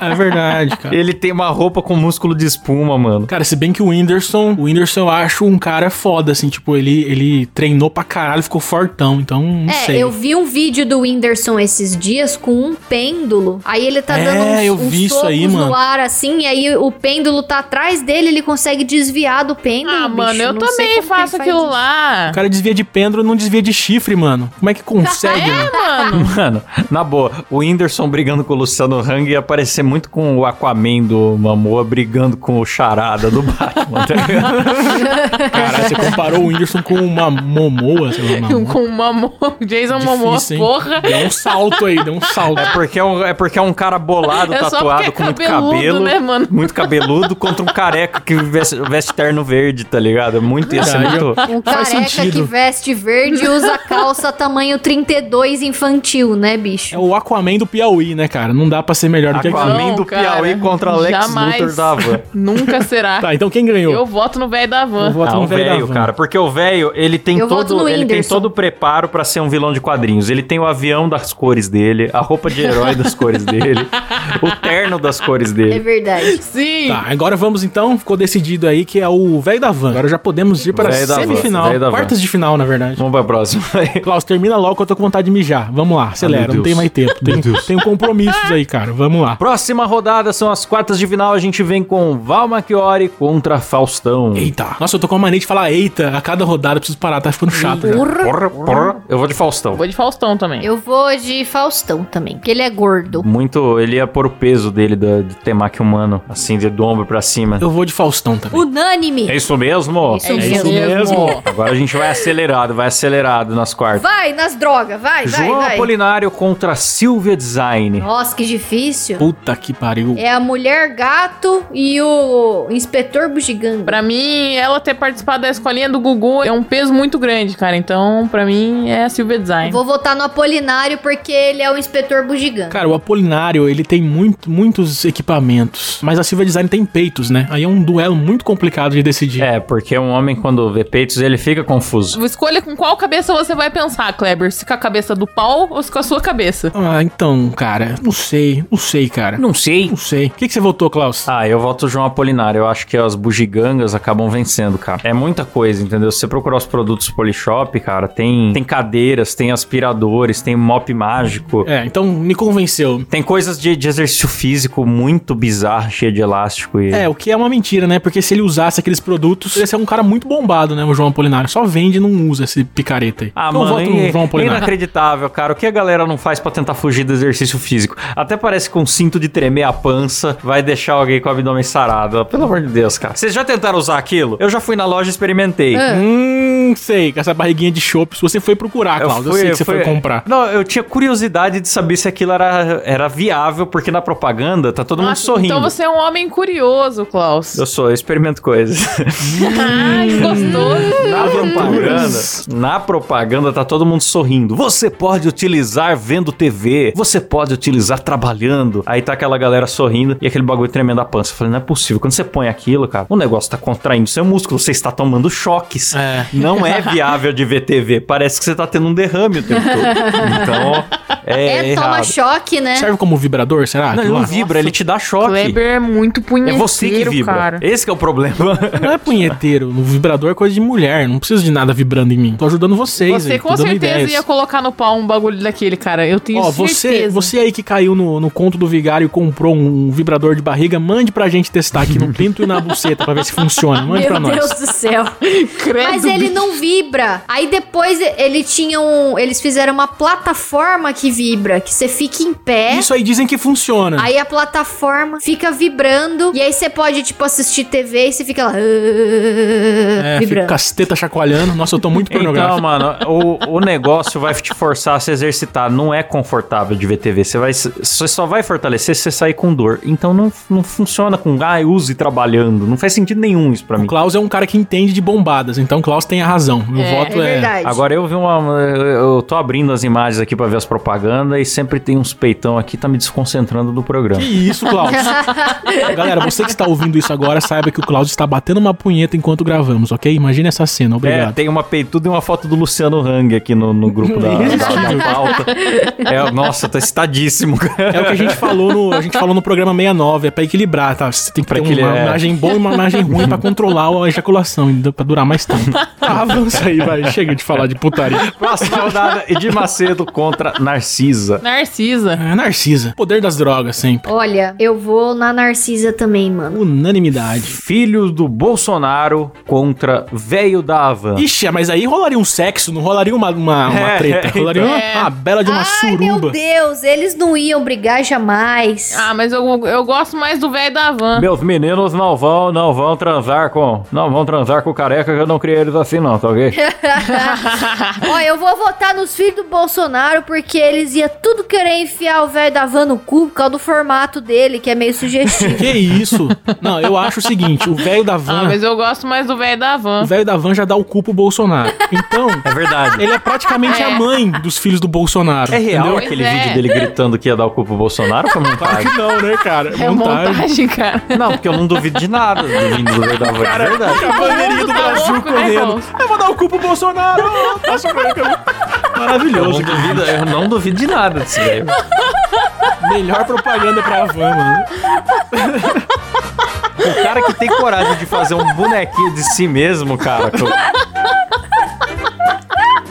[SPEAKER 3] é verdade, cara.
[SPEAKER 1] Ele tem uma roupa com músculo de espuma, mano.
[SPEAKER 3] Cara, se bem que o Whindersson, o Whindersson eu acho um cara foda, assim, tipo, ele, ele treinou pra caralho, ficou fortão, então não
[SPEAKER 5] É,
[SPEAKER 3] sei.
[SPEAKER 5] eu vi um vídeo do Whindersson esses dias com um pêndulo. Aí ele tá
[SPEAKER 3] É,
[SPEAKER 5] dando uns,
[SPEAKER 3] eu
[SPEAKER 5] uns
[SPEAKER 3] vi isso aí,
[SPEAKER 5] socos
[SPEAKER 3] mano.
[SPEAKER 5] no ar, assim, e aí o pêndulo tá atrás dele, ele consegue desviar do pêndulo.
[SPEAKER 2] Ah,
[SPEAKER 5] bicho.
[SPEAKER 2] mano, eu
[SPEAKER 5] Não sei como
[SPEAKER 2] também
[SPEAKER 5] que
[SPEAKER 2] faço
[SPEAKER 5] ele faz
[SPEAKER 2] aquilo
[SPEAKER 5] isso.
[SPEAKER 2] lá.
[SPEAKER 3] O cara desvia de pêndulo, não desvia de chifre, mano. Como é que consegue, mano?
[SPEAKER 2] <laughs> É, mano.
[SPEAKER 1] Mano, na boa, o Whindersson brigando com o Luciano Hang ia aparecer muito com o Aquaman do Mamoa brigando com o Charada do Batman, tá ligado?
[SPEAKER 3] Caralho, você comparou o Whindersson com uma momoa, sei lá, uma momoa.
[SPEAKER 2] <laughs> Com o Momo, Jason Momoa,
[SPEAKER 3] Difícil, hein?
[SPEAKER 2] porra.
[SPEAKER 3] Deu um salto aí, deu um salto.
[SPEAKER 1] É porque é um, é porque é um cara bolado,
[SPEAKER 2] É só
[SPEAKER 1] tatuado,
[SPEAKER 2] porque é
[SPEAKER 1] com muito
[SPEAKER 2] cabeludo,
[SPEAKER 1] cabelo.
[SPEAKER 2] né, mano?
[SPEAKER 1] Muito cabeludo contra um careca que veste, veste terno verde, tá ligado? É Muito, ia ser
[SPEAKER 3] Verdade,
[SPEAKER 1] muito...
[SPEAKER 5] Um
[SPEAKER 3] Faz
[SPEAKER 5] careca
[SPEAKER 3] sentido.
[SPEAKER 5] que veste verde e usa calça tamanho 32 infantil, né, bicho?
[SPEAKER 3] É o Aquaman do Piauí, né, cara? Não dá pra ser melhor do que aquilo.
[SPEAKER 1] Aquaman do
[SPEAKER 2] cara,
[SPEAKER 1] Piauí contra Lex
[SPEAKER 2] jamais.
[SPEAKER 1] Luthor da Havan.
[SPEAKER 2] Nunca
[SPEAKER 1] <laughs>
[SPEAKER 2] será.
[SPEAKER 3] Tá, então quem ganhou?
[SPEAKER 2] Eu voto no velho da
[SPEAKER 3] Eu
[SPEAKER 2] van.
[SPEAKER 3] voto
[SPEAKER 1] Ah,
[SPEAKER 3] no
[SPEAKER 1] o
[SPEAKER 3] um velho da
[SPEAKER 1] velho,
[SPEAKER 3] van.
[SPEAKER 1] cara, porque o velho, ele tem
[SPEAKER 5] Eu voto
[SPEAKER 1] todo,
[SPEAKER 5] no
[SPEAKER 1] ele tem
[SPEAKER 5] Whindersson.
[SPEAKER 1] todo o preparo pra ser um vilão de quadrinhos. Ele tem o avião das cores dele, a roupa de herói das cores
[SPEAKER 5] <laughs>
[SPEAKER 1] dele, o terno das cores
[SPEAKER 5] É
[SPEAKER 1] dele.
[SPEAKER 5] verdade.
[SPEAKER 2] Sim.
[SPEAKER 3] Tá, agora vamos então, ficou decidido aí que é o velho da van. Agora já podemos ir para a
[SPEAKER 1] Velho da van,
[SPEAKER 3] semifinal,
[SPEAKER 1] velho da van.
[SPEAKER 3] quartas de final,
[SPEAKER 1] <laughs>
[SPEAKER 3] na verdade.
[SPEAKER 1] Vamos pra próxima.
[SPEAKER 3] Klaus, termina logo que eu tô com vontade de mijar. Vamos lá, acelera,
[SPEAKER 1] meu
[SPEAKER 3] não tem
[SPEAKER 1] Deus.
[SPEAKER 3] mais tempo. Tem, tem compromissos aí, cara. Vamos lá.
[SPEAKER 1] Próxima rodada são as quartas de final. A gente vem com Val Machiori contra Faustão.
[SPEAKER 3] Eita. Nossa, eu tô com a mania de falar eita a cada rodada, eu preciso parar, tá ficando chato já.
[SPEAKER 1] Porra, porra. Eu vou de Faustão.
[SPEAKER 2] Vou de Faustão também.
[SPEAKER 5] Eu vou de Faustão também, porque ele é gordo.
[SPEAKER 1] Muito, ele ia pôr o peso dele do, do temaki humano, assim, de do ombro pra cima.
[SPEAKER 3] Eu vou de Faustão também.
[SPEAKER 5] Unânime!
[SPEAKER 1] É isso mesmo?
[SPEAKER 5] É isso
[SPEAKER 2] mesmo.
[SPEAKER 1] Agora a gente vai acelerado, vai acelerado nas quartas.
[SPEAKER 5] Vai nas drogas, vai, É, vai,
[SPEAKER 1] João
[SPEAKER 5] vai.
[SPEAKER 1] Apolinário contra Silvia Design.
[SPEAKER 5] Nossa, que difícil.
[SPEAKER 3] Puta que pariu.
[SPEAKER 5] É a mulher gato e o inspetor bugiganga.
[SPEAKER 2] Pra mim, ela ter participado da escolinha do Gugu é um peso muito grande, cara. Então, pra mim, é a Silvia Design.
[SPEAKER 5] Vou votar no Apolinário porque ele é o inspetor bugiganga.
[SPEAKER 3] Cara, o Apolinário, ele tem muito, muitos equipamentos, mas a Silva Design tem peitos, né? Aí é um duelo muito complicado de decidir.
[SPEAKER 1] É, porque um homem quando vê peitos, ele fica confuso.
[SPEAKER 2] Escolha com qual cabeça você vai pensar, Kleber. Se com a cabeça do pau ou se com a sua cabeça.
[SPEAKER 3] Ah, então, cara, não sei, não sei, cara.
[SPEAKER 1] Não sei.
[SPEAKER 3] Não sei. O que, que você votou, Klaus?
[SPEAKER 1] Ah, eu voto João Apolinário. Eu acho que as bugigangas acabam vencendo, cara. É muita coisa, entendeu? Se você procurar os produtos Polishop, cara, tem, tem cadeiras, tem aspiradores, tem mop mágico.
[SPEAKER 3] É, então me convenceu.
[SPEAKER 1] Tem coisas de, de exercício físico muito bizarro, cheia de elástico e...
[SPEAKER 3] É, o que é uma mentira, né? Porque se ele usasse aqueles produtos, ele ia ser um cara muito bombado, né? O João Apolinário. Só vende e não usa esse picareta aí.
[SPEAKER 1] Ah,
[SPEAKER 3] então eu
[SPEAKER 1] mano,
[SPEAKER 3] voto no
[SPEAKER 1] é,
[SPEAKER 3] João
[SPEAKER 1] é
[SPEAKER 3] Apolinário.
[SPEAKER 1] inacreditável, cara. O que a galera não faz pra tentar fugir do exercício físico? Até parece que um cinto de tremer a pança vai deixar alguém com o abdômen sarado. Pelo amor de Deus, cara. Vocês já tentaram usar aquilo? Eu já fui na loja e experimentei.
[SPEAKER 2] É.
[SPEAKER 3] Hum, sei, com essa barriguinha de chopp. Se você foi procurar, Klaus, Ah, eu, sei que você foi comprar.
[SPEAKER 1] Não, eu tinha curiosidade de saber se aquilo era, era viável, porque na propaganda tá todo mundo
[SPEAKER 2] Nossa,
[SPEAKER 1] sorrindo.
[SPEAKER 2] Então você é um homem curioso, Klaus.
[SPEAKER 1] Eu sou, eu experimento coisas. <laughs>
[SPEAKER 2] Ai, que gostoso.
[SPEAKER 1] Na propaganda, na propaganda tá todo mundo sorrindo. Você pode utilizar vendo TV, você pode utilizar trabalhando. Aí tá aquela galera sorrindo e aquele bagulho tremendo a pança. Eu falei, não é possível. Quando você põe aquilo, cara, o negócio tá contraindo seu músculo, você está tomando choques.
[SPEAKER 3] É.
[SPEAKER 1] Não é viável de ver TV. Parece que você tá tendo um derrame o tempo todo. Então, é,
[SPEAKER 5] é, toma
[SPEAKER 1] errado.
[SPEAKER 5] choque, né?
[SPEAKER 3] Serve como vibrador, será?
[SPEAKER 1] Não, ele
[SPEAKER 3] Aquilo
[SPEAKER 1] não
[SPEAKER 3] lá?
[SPEAKER 1] vibra, ele te dá choque.
[SPEAKER 2] Kleber é muito
[SPEAKER 1] É
[SPEAKER 2] punheteiro,
[SPEAKER 1] você que vibra.
[SPEAKER 2] cara.
[SPEAKER 1] Esse que é o problema.
[SPEAKER 3] Não é punheteiro. O vibrador é coisa de mulher. Não preciso de nada vibrando em mim. Tô ajudando vocês.
[SPEAKER 2] Você
[SPEAKER 3] aí, tô
[SPEAKER 2] com
[SPEAKER 3] dando
[SPEAKER 2] certeza
[SPEAKER 3] ideias.
[SPEAKER 2] ia colocar no pau um bagulho daquele, cara. Eu tenho
[SPEAKER 3] Ó, você,
[SPEAKER 2] certeza.
[SPEAKER 3] você aí que caiu no, no conto do vigário otário comprou um vibrador de barriga, mande pra gente testar
[SPEAKER 1] <laughs>
[SPEAKER 3] aqui no pinto e na buceta pra ver se funciona. Mande pra
[SPEAKER 5] Meu
[SPEAKER 3] nós.
[SPEAKER 5] Deus do céu.
[SPEAKER 2] Credo.
[SPEAKER 5] Mas ele não vibra. Aí depois ele tinha um, eles fizeram uma plataforma que vibra, que você fica em pé.
[SPEAKER 3] Isso aí dizem que funciona.
[SPEAKER 5] é? Aí a plataforma fica vibrando e aí você pode tipo assistir TV e você fica lá "Ah",
[SPEAKER 3] é, fica
[SPEAKER 5] vibrando.
[SPEAKER 3] com as tetas chacoalhando. Nossa, eu tô muito
[SPEAKER 1] Então,
[SPEAKER 3] pornográfico.
[SPEAKER 1] mano, o, o negócio vai te forçar a se exercitar. Não é confortável de ver TV. Você, vai, você só vai fortalecer se você sair com dor. Então não, não funciona com, ah, use trabalhando. Não faz sentido nenhum isso pra
[SPEAKER 3] O
[SPEAKER 1] mim.
[SPEAKER 3] Klaus é um cara que entende de bombadas, então o Klaus tem a razão. Meu
[SPEAKER 2] É,
[SPEAKER 3] voto
[SPEAKER 5] é
[SPEAKER 3] é.
[SPEAKER 5] verdade.
[SPEAKER 1] Agora eu vi uma. Eu tô abrindo as imagens aqui pra ver as propagandas e sempre tem uns peitão aqui, tá me desconcentrando do programa.
[SPEAKER 3] Que isso, Klaus? Galera, você que está ouvindo isso agora, saiba que o Klaus está batendo uma punheta enquanto gravamos, ok? Imagina essa cena,
[SPEAKER 1] É,
[SPEAKER 3] obrigado.
[SPEAKER 1] tem uma peituda e uma foto do Luciano Hang aqui no, no grupo da, da, da pauta. É, nossa, tá <laughs> excitadíssimo, cara.
[SPEAKER 3] É o que a gente falou no, a gente falou no programa 69, é pra equilibrar, tá? Você tem que
[SPEAKER 1] Pra
[SPEAKER 3] ter
[SPEAKER 1] equilibrar,
[SPEAKER 3] uma
[SPEAKER 1] é.
[SPEAKER 3] imagem boa e uma imagem ruim pra controlar a ejaculação, entendeu? pra durar mais tempo. Tá, <laughs> avança aí, vai. Chega de falar de putaria.
[SPEAKER 1] Próxima rodada, Edir Macedo contra Narcisa.
[SPEAKER 2] Narcisa.
[SPEAKER 3] Ah, Narcisa. Poder das drogas,
[SPEAKER 5] <laughs>
[SPEAKER 3] sempre.
[SPEAKER 5] Olha, eu vou na Narcisa também, mano.
[SPEAKER 3] Unanimidade.
[SPEAKER 1] Filhos do Bolsonaro contra velho da Havan.
[SPEAKER 3] Ixi, mas aí rolaria um sexo, não rolaria uma, uma, uma
[SPEAKER 1] É,
[SPEAKER 3] <laughs> treta. Rolaria uma, uma bela de uma
[SPEAKER 5] Ai, meu
[SPEAKER 3] suruba.
[SPEAKER 5] Deus, eles não iam brigar jamais.
[SPEAKER 2] Ah, mas eu, eu gosto mais do velho da van.
[SPEAKER 1] Meus meninos não vão, não vão transar com, não vão transar com careca que eu não criei eles assim não, tá ok?
[SPEAKER 5] Ó, eu vou votar nos filhos do Bolsonaro porque eles iam tudo querer enfiar o velho da van no cu por causa do formato dele, que é meio <laughs> sugestivo.
[SPEAKER 3] Que isso? Não, eu acho o seguinte, o velho da van...
[SPEAKER 2] Ah, mas eu gosto mais do velho da
[SPEAKER 3] O
[SPEAKER 2] van.
[SPEAKER 3] velho da van já dá o cu pro Bolsonaro. Então,
[SPEAKER 1] É verdade.
[SPEAKER 3] ele é praticamente
[SPEAKER 2] É.
[SPEAKER 3] a mãe dos filhos do Bolsonaro.
[SPEAKER 1] É real
[SPEAKER 2] Pois
[SPEAKER 1] aquele
[SPEAKER 2] é.
[SPEAKER 1] vídeo dele gritando que ia dar o cu pro Bolsonaro ou foi um
[SPEAKER 3] Claro
[SPEAKER 1] montagem?
[SPEAKER 3] que não, né, cara?
[SPEAKER 2] É montagem, cara.
[SPEAKER 1] Não, porque eu não duvido de nada do vindo do velho da Havan, é verdade.
[SPEAKER 3] A bandeirinha do
[SPEAKER 2] <laughs> Tá
[SPEAKER 3] Brasil
[SPEAKER 2] louco, né,
[SPEAKER 3] correndo.
[SPEAKER 2] Klaus?
[SPEAKER 3] eu vou dar o cu pro Bolsonaro. Tá sobrando pelo-
[SPEAKER 1] Eu não
[SPEAKER 3] Maravilhoso.
[SPEAKER 1] duvido, eu não duvido de nada disso daí.
[SPEAKER 3] Melhor propaganda pra van, mano.
[SPEAKER 1] O cara que tem coragem de fazer um bonequinho de si mesmo, cara. que-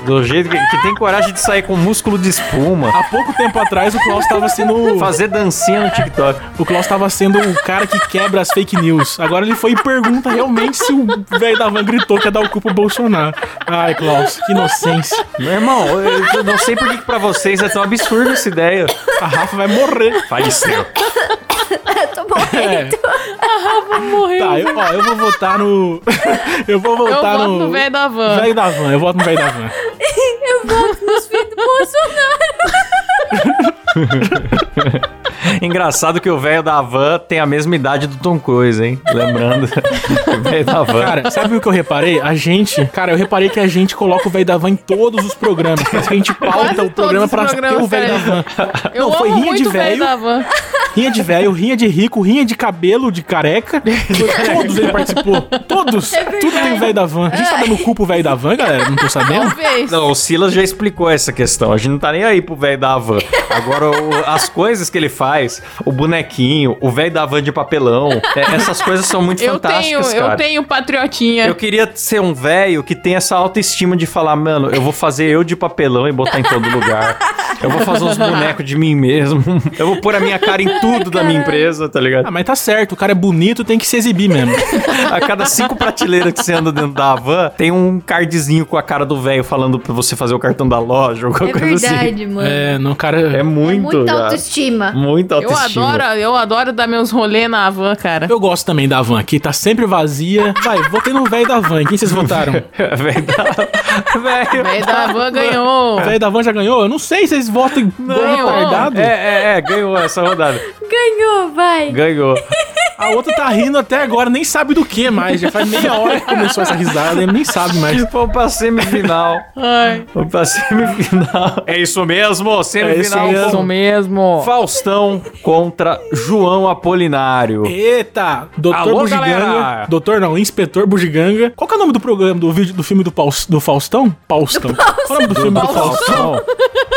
[SPEAKER 1] Do jeito que, que tem coragem de sair com músculo de espuma.
[SPEAKER 3] Há pouco tempo atrás, o Klaus tava sendo...
[SPEAKER 1] Fazer dancinha <laughs> no TikTok.
[SPEAKER 3] O Klaus tava sendo o cara que quebra as fake news. Agora ele foi e pergunta realmente se o velho da van gritou que ia dar o cu pro Bolsonaro. Ai, Klaus, que inocência.
[SPEAKER 1] Meu irmão, eu, eu não sei por que que pra vocês é tão absurda essa ideia.
[SPEAKER 3] A Rafa vai morrer.
[SPEAKER 1] Faleceu.
[SPEAKER 5] Tô morrendo.
[SPEAKER 2] Morreu.
[SPEAKER 3] Tá, eu, ó, eu vou votar no. <laughs> eu vou
[SPEAKER 2] eu
[SPEAKER 3] votar
[SPEAKER 2] gosto
[SPEAKER 3] no.
[SPEAKER 2] do velho da van.
[SPEAKER 3] Velho da van, eu voto no velho da van.
[SPEAKER 1] Engraçado que o velho da van tem a mesma idade do Tom Cruise, hein? Lembrando. o velho da van.
[SPEAKER 3] Cara, sabe o que eu reparei? A gente. Cara, eu reparei que a gente coloca o velho da van em todos os programas. Parece que a gente
[SPEAKER 2] Quase
[SPEAKER 3] pauta o
[SPEAKER 2] todos
[SPEAKER 3] programa
[SPEAKER 2] os
[SPEAKER 3] pra ter
[SPEAKER 2] programas,
[SPEAKER 3] o velho da
[SPEAKER 2] sério.
[SPEAKER 3] van.
[SPEAKER 2] Eu
[SPEAKER 3] Não, foi
[SPEAKER 2] amo
[SPEAKER 3] rinha de
[SPEAKER 2] muito o velho
[SPEAKER 3] velho.
[SPEAKER 2] da van.
[SPEAKER 3] Rinha de velho, rinha de rico, rinha de cabelo, de careca. Todos ele participou. Todos.
[SPEAKER 2] É
[SPEAKER 3] Tudo tem o velho da van. A gente tá dando cu pro velho da van, galera? Não tô sabendo.
[SPEAKER 2] Talvez.
[SPEAKER 1] Não, o Silas já explicou essa questão. A gente não tá nem aí pro velho da van. Agora, o- as coisas que ele faz, o bonequinho, o velho da van de papelão, é, essas coisas são muito
[SPEAKER 2] Eu tenho,
[SPEAKER 1] fantásticas, cara.
[SPEAKER 2] eu tenho
[SPEAKER 1] <laughs>
[SPEAKER 2] patriotinha.
[SPEAKER 1] Eu queria ser um velho que tem essa autoestima de falar, mano, eu vou fazer eu de papelão e botar em todo lugar. Eu vou fazer uns bonecos de mim mesmo. Eu vou pôr a minha cara em tudo da minha empresa, tá ligado?
[SPEAKER 3] Ah, mas tá certo, o cara é bonito, tem que se exibir mesmo.
[SPEAKER 1] A cada cinco prateleiras que você anda dentro da van, tem um cardzinho com a cara do velho falando pra você fazer o cartão da loja ou
[SPEAKER 5] É
[SPEAKER 1] qualquer coisa assim.
[SPEAKER 5] verdade, mano. É,
[SPEAKER 3] É, não, o cara.
[SPEAKER 1] É muito, ah.
[SPEAKER 5] muita
[SPEAKER 1] cara.
[SPEAKER 5] autoestima.
[SPEAKER 1] Muita
[SPEAKER 2] Eu
[SPEAKER 1] autoestima.
[SPEAKER 2] adoro, eu adoro dar meus rolê na van, cara.
[SPEAKER 3] Eu gosto também da van, que tá sempre vazia. Vai, votei no velho da van. Quem vocês votaram?
[SPEAKER 1] <laughs> É <laughs> verdade.
[SPEAKER 2] O velho da van ganhou.
[SPEAKER 3] O velho da van já ganhou? Eu não sei se vocês votam em bom
[SPEAKER 2] Ganhou.
[SPEAKER 3] retardado.
[SPEAKER 1] É, é, é, ganhou essa rodada.
[SPEAKER 5] Ganhou, vai.
[SPEAKER 1] Ganhou.
[SPEAKER 3] A outra tá rindo até agora, nem sabe do que mais. Já faz meia hora que começou essa risada, ele nem sabe mais.
[SPEAKER 1] Vamos um pra semifinal.
[SPEAKER 2] Ai,
[SPEAKER 1] Vamos pra semifinal. É isso mesmo, semifinal.
[SPEAKER 3] É isso
[SPEAKER 2] isso
[SPEAKER 1] com
[SPEAKER 2] mesmo.
[SPEAKER 1] Faustão contra João Apolinário.
[SPEAKER 3] Eita! Doutor
[SPEAKER 1] Alô,
[SPEAKER 3] Bugiganga.
[SPEAKER 1] galera!
[SPEAKER 3] Doutor não, Inspetor Bugiganga. Qual que é o nome do programa, do vídeo, do filme do, Paus, do Faustão? Paustão. Qual é o nome do filme do Faustão?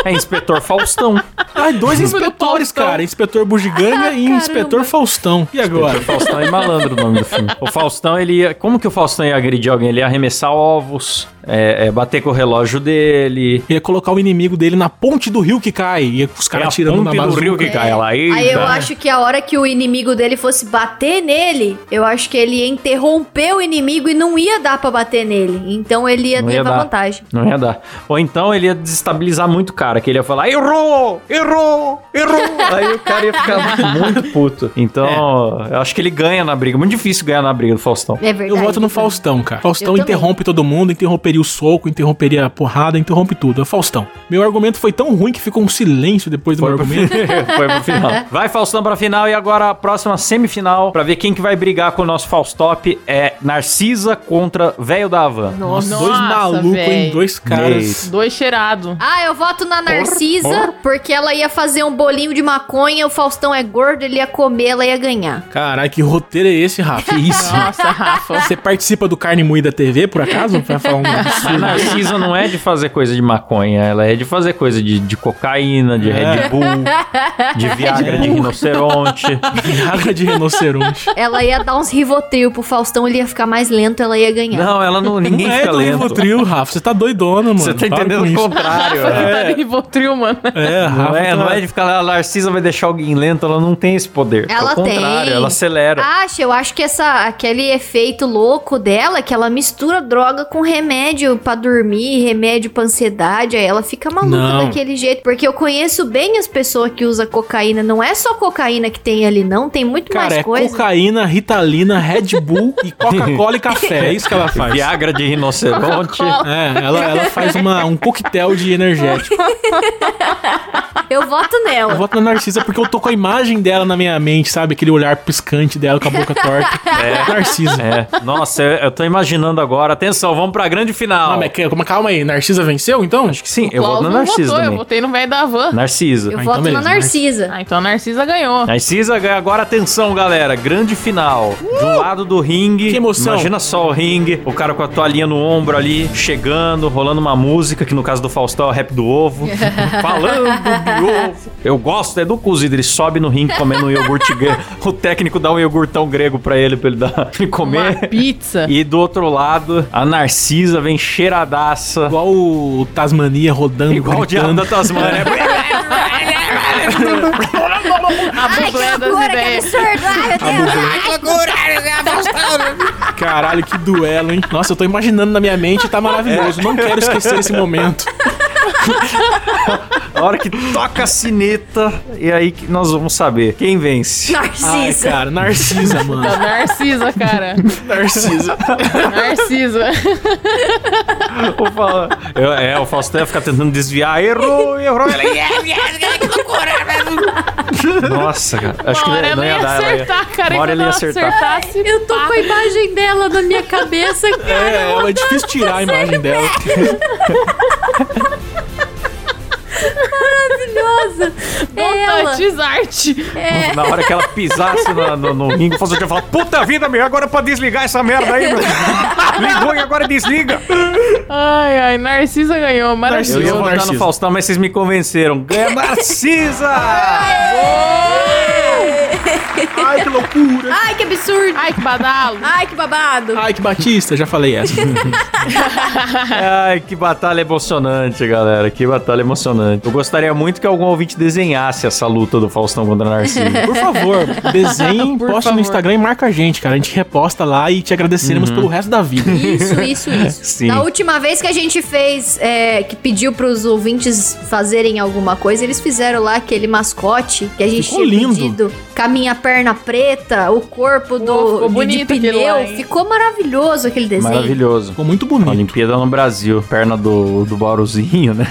[SPEAKER 1] É inspetor Faustão.
[SPEAKER 3] Ai, dois
[SPEAKER 2] Filme do
[SPEAKER 3] inspetores,
[SPEAKER 2] Faustão.
[SPEAKER 3] cara. Inspetor Bugiganga e
[SPEAKER 5] Ah,
[SPEAKER 3] Inspetor
[SPEAKER 5] caramba.
[SPEAKER 3] Faustão. E agora?
[SPEAKER 1] Faustão e malandro o nome do filme. O Faustão, ele ia. Como que o Faustão ia agredir alguém? Ele ia arremessar ovos. é, é bater com o relógio dele.
[SPEAKER 3] Ia colocar o inimigo dele na ponte do rio que cai. E os caras
[SPEAKER 4] É a
[SPEAKER 3] tirando na
[SPEAKER 4] ponte do
[SPEAKER 3] bazuca.
[SPEAKER 4] rio que cai.
[SPEAKER 5] É.
[SPEAKER 4] ela aí.
[SPEAKER 5] Aí eu acho que a hora que o inimigo dele fosse bater nele, eu acho que ele ia interromper o inimigo e não ia dar pra bater nele. Então ele ia
[SPEAKER 1] Não ia
[SPEAKER 5] levar
[SPEAKER 1] dar.
[SPEAKER 5] vantagem.
[SPEAKER 1] Não ia dar. Ou então ele ia desestabilizar muito o cara, que ele ia falar, errou, errou, errou. <laughs> Aí o cara ia ficar <laughs> muito puto. Então, eu acho que ele ganha na briga. Muito difícil ganhar na briga do Faustão.
[SPEAKER 5] É verdade.
[SPEAKER 3] Eu voto no Faustão, cara. Faustão
[SPEAKER 5] Eu também.
[SPEAKER 3] interrompe todo mundo, interromperia o soco, interromperia a porrada, interrompe tudo. É Faustão. Meu argumento foi tão ruim que ficou um silêncio depois do meu
[SPEAKER 1] <laughs>
[SPEAKER 3] argumento.
[SPEAKER 1] <laughs> Foi pro <laughs> final. Vai, Faustão, pra final. E agora a próxima semifinal, pra ver quem que vai brigar com o nosso Faustop, é Narcisa contra Velho da Havan.
[SPEAKER 2] Nossa,
[SPEAKER 3] dois malucos, hein?
[SPEAKER 2] véi.
[SPEAKER 3] Dois caras.
[SPEAKER 2] Dois cheirados.
[SPEAKER 5] Ah, eu voto na Narcisa, porque ela ia fazer um bolinho de maconha, o Faustão é gordo, ele ia comer, ela ia ganhar.
[SPEAKER 3] Caralho, que roteiro é esse, Rafa? Que isso? Então,
[SPEAKER 2] Nossa,
[SPEAKER 5] <laughs>
[SPEAKER 2] Rafa.
[SPEAKER 3] Você participa do Carne Moída TV, por acaso? Pra falar um
[SPEAKER 1] A
[SPEAKER 3] absurdo. <laughs>
[SPEAKER 1] Narcisa não é de fazer coisa de maconha, ela é de fazer coisa de, de cocaína, de
[SPEAKER 3] É.
[SPEAKER 1] Red Bull, <laughs> de Viagra, de rinoceronte.
[SPEAKER 3] Piada de rinoceronte.
[SPEAKER 5] Ela ia dar uns rivotril pro Faustão, ele ia ficar mais lento, ela ia ganhar.
[SPEAKER 1] Não, ela não. Ninguém
[SPEAKER 3] Não é
[SPEAKER 1] fica
[SPEAKER 3] do
[SPEAKER 1] lento.
[SPEAKER 3] Rivotril, Rafa. Você tá doidona,
[SPEAKER 1] <laughs>
[SPEAKER 3] mano.
[SPEAKER 1] Você tá
[SPEAKER 3] Para com
[SPEAKER 1] entendendo o
[SPEAKER 3] isso. <laughs>
[SPEAKER 1] contrário.
[SPEAKER 2] Rafa
[SPEAKER 1] é.
[SPEAKER 2] que tá de Rivotril, mano.
[SPEAKER 3] É,
[SPEAKER 1] Não
[SPEAKER 3] Rafa.
[SPEAKER 1] é,
[SPEAKER 3] tá-
[SPEAKER 1] não é de ficar lá, a Narcisa vai deixar alguém lento, ela não tem esse poder.
[SPEAKER 5] Ela
[SPEAKER 1] Ao contrário,
[SPEAKER 5] tem. Ah,
[SPEAKER 1] ela acelera.
[SPEAKER 5] Acho, eu acho que essa, aquele efeito louco dela, que ela mistura droga com remédio pra dormir, remédio pra ansiedade, aí ela fica maluca
[SPEAKER 3] Não.
[SPEAKER 5] daquele jeito. Porque eu conheço bem as pessoas que usam cocaína. Não é só cocaína que tem ali, não. Tem muito
[SPEAKER 3] Cara,
[SPEAKER 5] mais
[SPEAKER 3] é
[SPEAKER 5] coisa.
[SPEAKER 3] cocaína, ritalina, Red Bull e Coca-Cola e café. É isso que ela faz.
[SPEAKER 1] Viagra de
[SPEAKER 5] <laughs>
[SPEAKER 1] rinoceronte.
[SPEAKER 3] É, ela, ela faz uma, um coquetel de energético.
[SPEAKER 5] Eu voto
[SPEAKER 3] <laughs> Eu
[SPEAKER 5] nela.
[SPEAKER 3] voto na Narcisa porque eu tô com a imagem dela na minha mente, sabe? Aquele olhar piscante dela com a boca torta. É. Narcisa.
[SPEAKER 1] É, nossa, eu, eu tô imaginando agora. Atenção, vamos pra grande final.
[SPEAKER 3] Ah, mas que- mas calma aí, Narcisa venceu então?
[SPEAKER 1] Acho que sim, eu
[SPEAKER 2] Klaus
[SPEAKER 1] voto na
[SPEAKER 2] não
[SPEAKER 1] Narcisa
[SPEAKER 2] votou, eu
[SPEAKER 1] também.
[SPEAKER 2] votei no velho da van.
[SPEAKER 1] Narcisa.
[SPEAKER 5] Eu
[SPEAKER 3] Ah, então
[SPEAKER 5] voto na
[SPEAKER 3] beleza,
[SPEAKER 5] Narcisa.
[SPEAKER 2] Ah, então a Narcisa ganhou.
[SPEAKER 1] Narcisa ganha agora atenção, galera. Grande final. De um lado do ringue.
[SPEAKER 3] Uh! Que emoção.
[SPEAKER 1] Imagina só o ringue. O cara com a toalhinha no ombro ali, chegando, rolando uma música, que no caso do Faustão é o rap do
[SPEAKER 3] <laughs>
[SPEAKER 1] ovo. Falando de ovo. Eu gosto, é do cozido. Ele sobe no ringue comendo um iogurte grego. O técnico dá um iogurtão grego pra ele, pra ele, dar, <laughs> pra ele comer.
[SPEAKER 2] Uma pizza.
[SPEAKER 1] E do outro lado, a Narcisa vem cheiradaça.
[SPEAKER 3] Igual o Tasmania rodando,
[SPEAKER 1] Igual o diabo né?
[SPEAKER 3] gritando.
[SPEAKER 1] da Tasmania.
[SPEAKER 2] A bublé das
[SPEAKER 5] Agora que
[SPEAKER 2] ideias.
[SPEAKER 5] absurdo! Ai, meu Deus!
[SPEAKER 3] <laughs> Caralho, que duelo, hein? Nossa, eu tô imaginando na minha mente, tá maravilhoso. Não quero esquecer esse momento.
[SPEAKER 1] A hora que toca a sineta, e aí que nós vamos saber quem vence.
[SPEAKER 3] Ai,
[SPEAKER 5] Narcisa.
[SPEAKER 3] cara, Narcisa, mano.
[SPEAKER 2] Da Narcisa, cara.
[SPEAKER 3] Narcisa.
[SPEAKER 1] <laughs>
[SPEAKER 2] Narcisa.
[SPEAKER 1] Eu falo- eu- é, o Faustão ia ficar tentando desviar. Errou, errou. Ela, "Yeah, yeah, yeah, que loucura, velho." Nossa, cara. Acho
[SPEAKER 2] Uma
[SPEAKER 1] que
[SPEAKER 2] hora
[SPEAKER 1] não,
[SPEAKER 2] ela
[SPEAKER 1] ia
[SPEAKER 2] ia
[SPEAKER 1] dar. ela ia-
[SPEAKER 2] acertar, cara.
[SPEAKER 1] Uma hora
[SPEAKER 2] e
[SPEAKER 1] ele ia
[SPEAKER 2] quando ela
[SPEAKER 1] acertar.
[SPEAKER 2] acertasse,
[SPEAKER 5] Eu tô com a imagem dela na minha cabeça, cara.
[SPEAKER 3] É, é difícil tirar a imagem dela.
[SPEAKER 5] Maravilhosa. É ela.
[SPEAKER 2] Montantes arte.
[SPEAKER 1] Na hora que ela pisasse na- no, no ringue, o Faustão ia falar: Puta vida, meu, agora é pra desligar essa merda aí, meu. Ligou e agora desliga.
[SPEAKER 2] Ai, ai, Narcisa ganhou.
[SPEAKER 1] Eu
[SPEAKER 3] Narcisa.
[SPEAKER 2] Maravilhoso.
[SPEAKER 1] ia votar
[SPEAKER 3] Narciso.
[SPEAKER 1] no Faustão, mas vocês me convenceram. Ganha Narcisa!
[SPEAKER 3] Ai, que loucura.
[SPEAKER 5] Ai, que absurdo.
[SPEAKER 2] Ai, que badalo.
[SPEAKER 5] Ai, que babado.
[SPEAKER 3] Ai, que Batista, já falei essa.
[SPEAKER 1] Ai, que batalha emocionante, galera. Que batalha emocionante. Eu gostaria muito que algum ouvinte desenhasse essa luta do Faustão contra a Narcisa.
[SPEAKER 3] Por favor, <laughs> desenhe,
[SPEAKER 2] Por
[SPEAKER 3] poste
[SPEAKER 2] favor.
[SPEAKER 3] no Instagram e marca a gente, cara. A gente reposta lá e te agradeceremos
[SPEAKER 1] Uhum.
[SPEAKER 3] pelo resto da vida.
[SPEAKER 5] Isso, isso, isso.
[SPEAKER 1] Sim.
[SPEAKER 5] Da última vez que a gente fez, é, que pediu pros ouvintes fazerem alguma coisa, eles fizeram lá aquele mascote que a gente
[SPEAKER 3] Ficou
[SPEAKER 5] tinha
[SPEAKER 3] lindo.
[SPEAKER 5] pedido. Com a minha perna preta, o corpo do
[SPEAKER 2] ficou
[SPEAKER 5] de- de
[SPEAKER 2] bonito aquele
[SPEAKER 5] pneu.
[SPEAKER 2] lá, hein?
[SPEAKER 5] ficou maravilhoso aquele desenho.
[SPEAKER 1] Maravilhoso.
[SPEAKER 3] Ficou muito bonito.
[SPEAKER 1] Olimpíada no Brasil, perna do, do Bauruzinho,
[SPEAKER 7] <laughs>
[SPEAKER 1] né?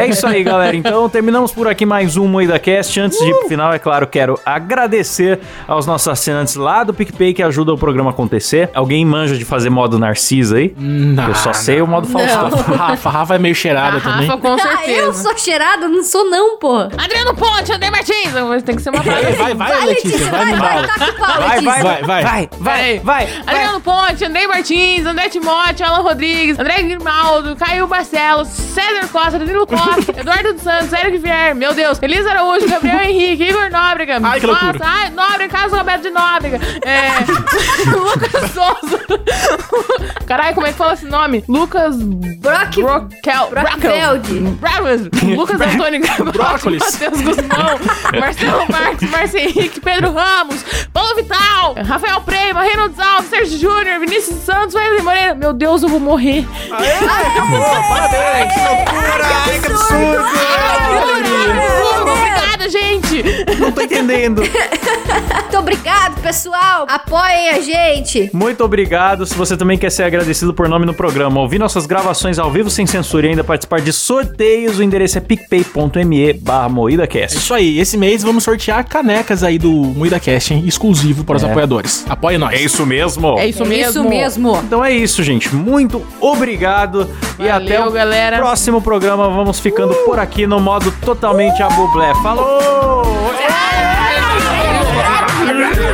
[SPEAKER 1] é isso aí, galera. Então, terminamos por aqui mais um MoidaCast. Antes de ir
[SPEAKER 7] Uh!
[SPEAKER 1] pro final, é claro, quero agradecer aos nossos assinantes lá do PicPay que ajudam o programa a acontecer. Alguém manja de fazer modo Narcisa aí?
[SPEAKER 3] Não,
[SPEAKER 1] Eu só sei o modo Faustão.
[SPEAKER 3] Rafa, Rafa, Rafa é meio cheirada
[SPEAKER 2] A
[SPEAKER 3] também.
[SPEAKER 2] Rafa, com
[SPEAKER 5] <laughs> Ah, <laughs> eu
[SPEAKER 2] certeza.
[SPEAKER 5] sou cheirada? Não sou não, porra.
[SPEAKER 2] Adriano Ponte, André Martins. Mas Tem
[SPEAKER 1] <laughs>
[SPEAKER 2] que ser uma
[SPEAKER 3] Vai,
[SPEAKER 2] frase.
[SPEAKER 3] vai, vai, Letícia, vai,
[SPEAKER 5] vai,
[SPEAKER 3] vai,
[SPEAKER 5] vai, tá que pau,
[SPEAKER 1] Vai,
[SPEAKER 5] Letícia.
[SPEAKER 3] vai, vai.
[SPEAKER 2] Vai, vai. Adriano Ponte, André Martins, André Timóteo, Alan Rodrigues, André Grimaldo, Caio Barcelos, César Costa,
[SPEAKER 3] <laughs>
[SPEAKER 2] Danilo Costa, Eduardo dos Santos, Eric Vier, meu Deus, Elisa Araújo, Gabriel Henrique, Igor Nóbrega,
[SPEAKER 3] Ai, que
[SPEAKER 2] Nossa,
[SPEAKER 3] loucura.
[SPEAKER 2] ai, Nóbrega, Carlos Roberto de Nóbrega,
[SPEAKER 3] <laughs>
[SPEAKER 2] é, Lucas Souza, caralho, como é que fala esse nome? Lucas
[SPEAKER 5] Brock...
[SPEAKER 2] Broquel, Broquel.
[SPEAKER 5] Brockfeld.
[SPEAKER 2] Bravos, Lucas Antônio Gabriel,
[SPEAKER 3] Brócolis.
[SPEAKER 2] Matheus Guzmão, Marcelo Marques, Márcio Henrique, Pedro Ramos, Paulo Vital, Rafael Prema, Reynolds Alves, Sérgio Júnior, Vinícius Santos, Wesley Moreira. Meu Deus, eu vou morrer.
[SPEAKER 7] Parabéns, que loucura! Ai, que absurdo!
[SPEAKER 2] Obrigada, gente.
[SPEAKER 7] Não tô entendendo.
[SPEAKER 5] Muito obrigado, pessoal. Apoiem a gente.
[SPEAKER 1] Muito obrigado. Se você também quer ser agradecido por nome no programa, ouvir nossas gravações ao vivo sem censura e ainda participar de sorteios, o endereço é picpay.me barra
[SPEAKER 3] É
[SPEAKER 1] moídacast.
[SPEAKER 3] isso aí, esse mês vamos sortear canecas aí do Moída Cast, hein? Exclusivo para os
[SPEAKER 1] É.
[SPEAKER 3] apoiadores. Apoie nós.
[SPEAKER 1] É isso mesmo.
[SPEAKER 2] É isso
[SPEAKER 7] É
[SPEAKER 2] mesmo.
[SPEAKER 7] Isso mesmo.
[SPEAKER 1] Então é isso, gente. Muito obrigado e
[SPEAKER 2] Valeu,
[SPEAKER 1] até o
[SPEAKER 2] galera.
[SPEAKER 1] próximo programa. Vamos ficando por aqui no modo totalmente abublé. Falou!
[SPEAKER 5] Obrigado.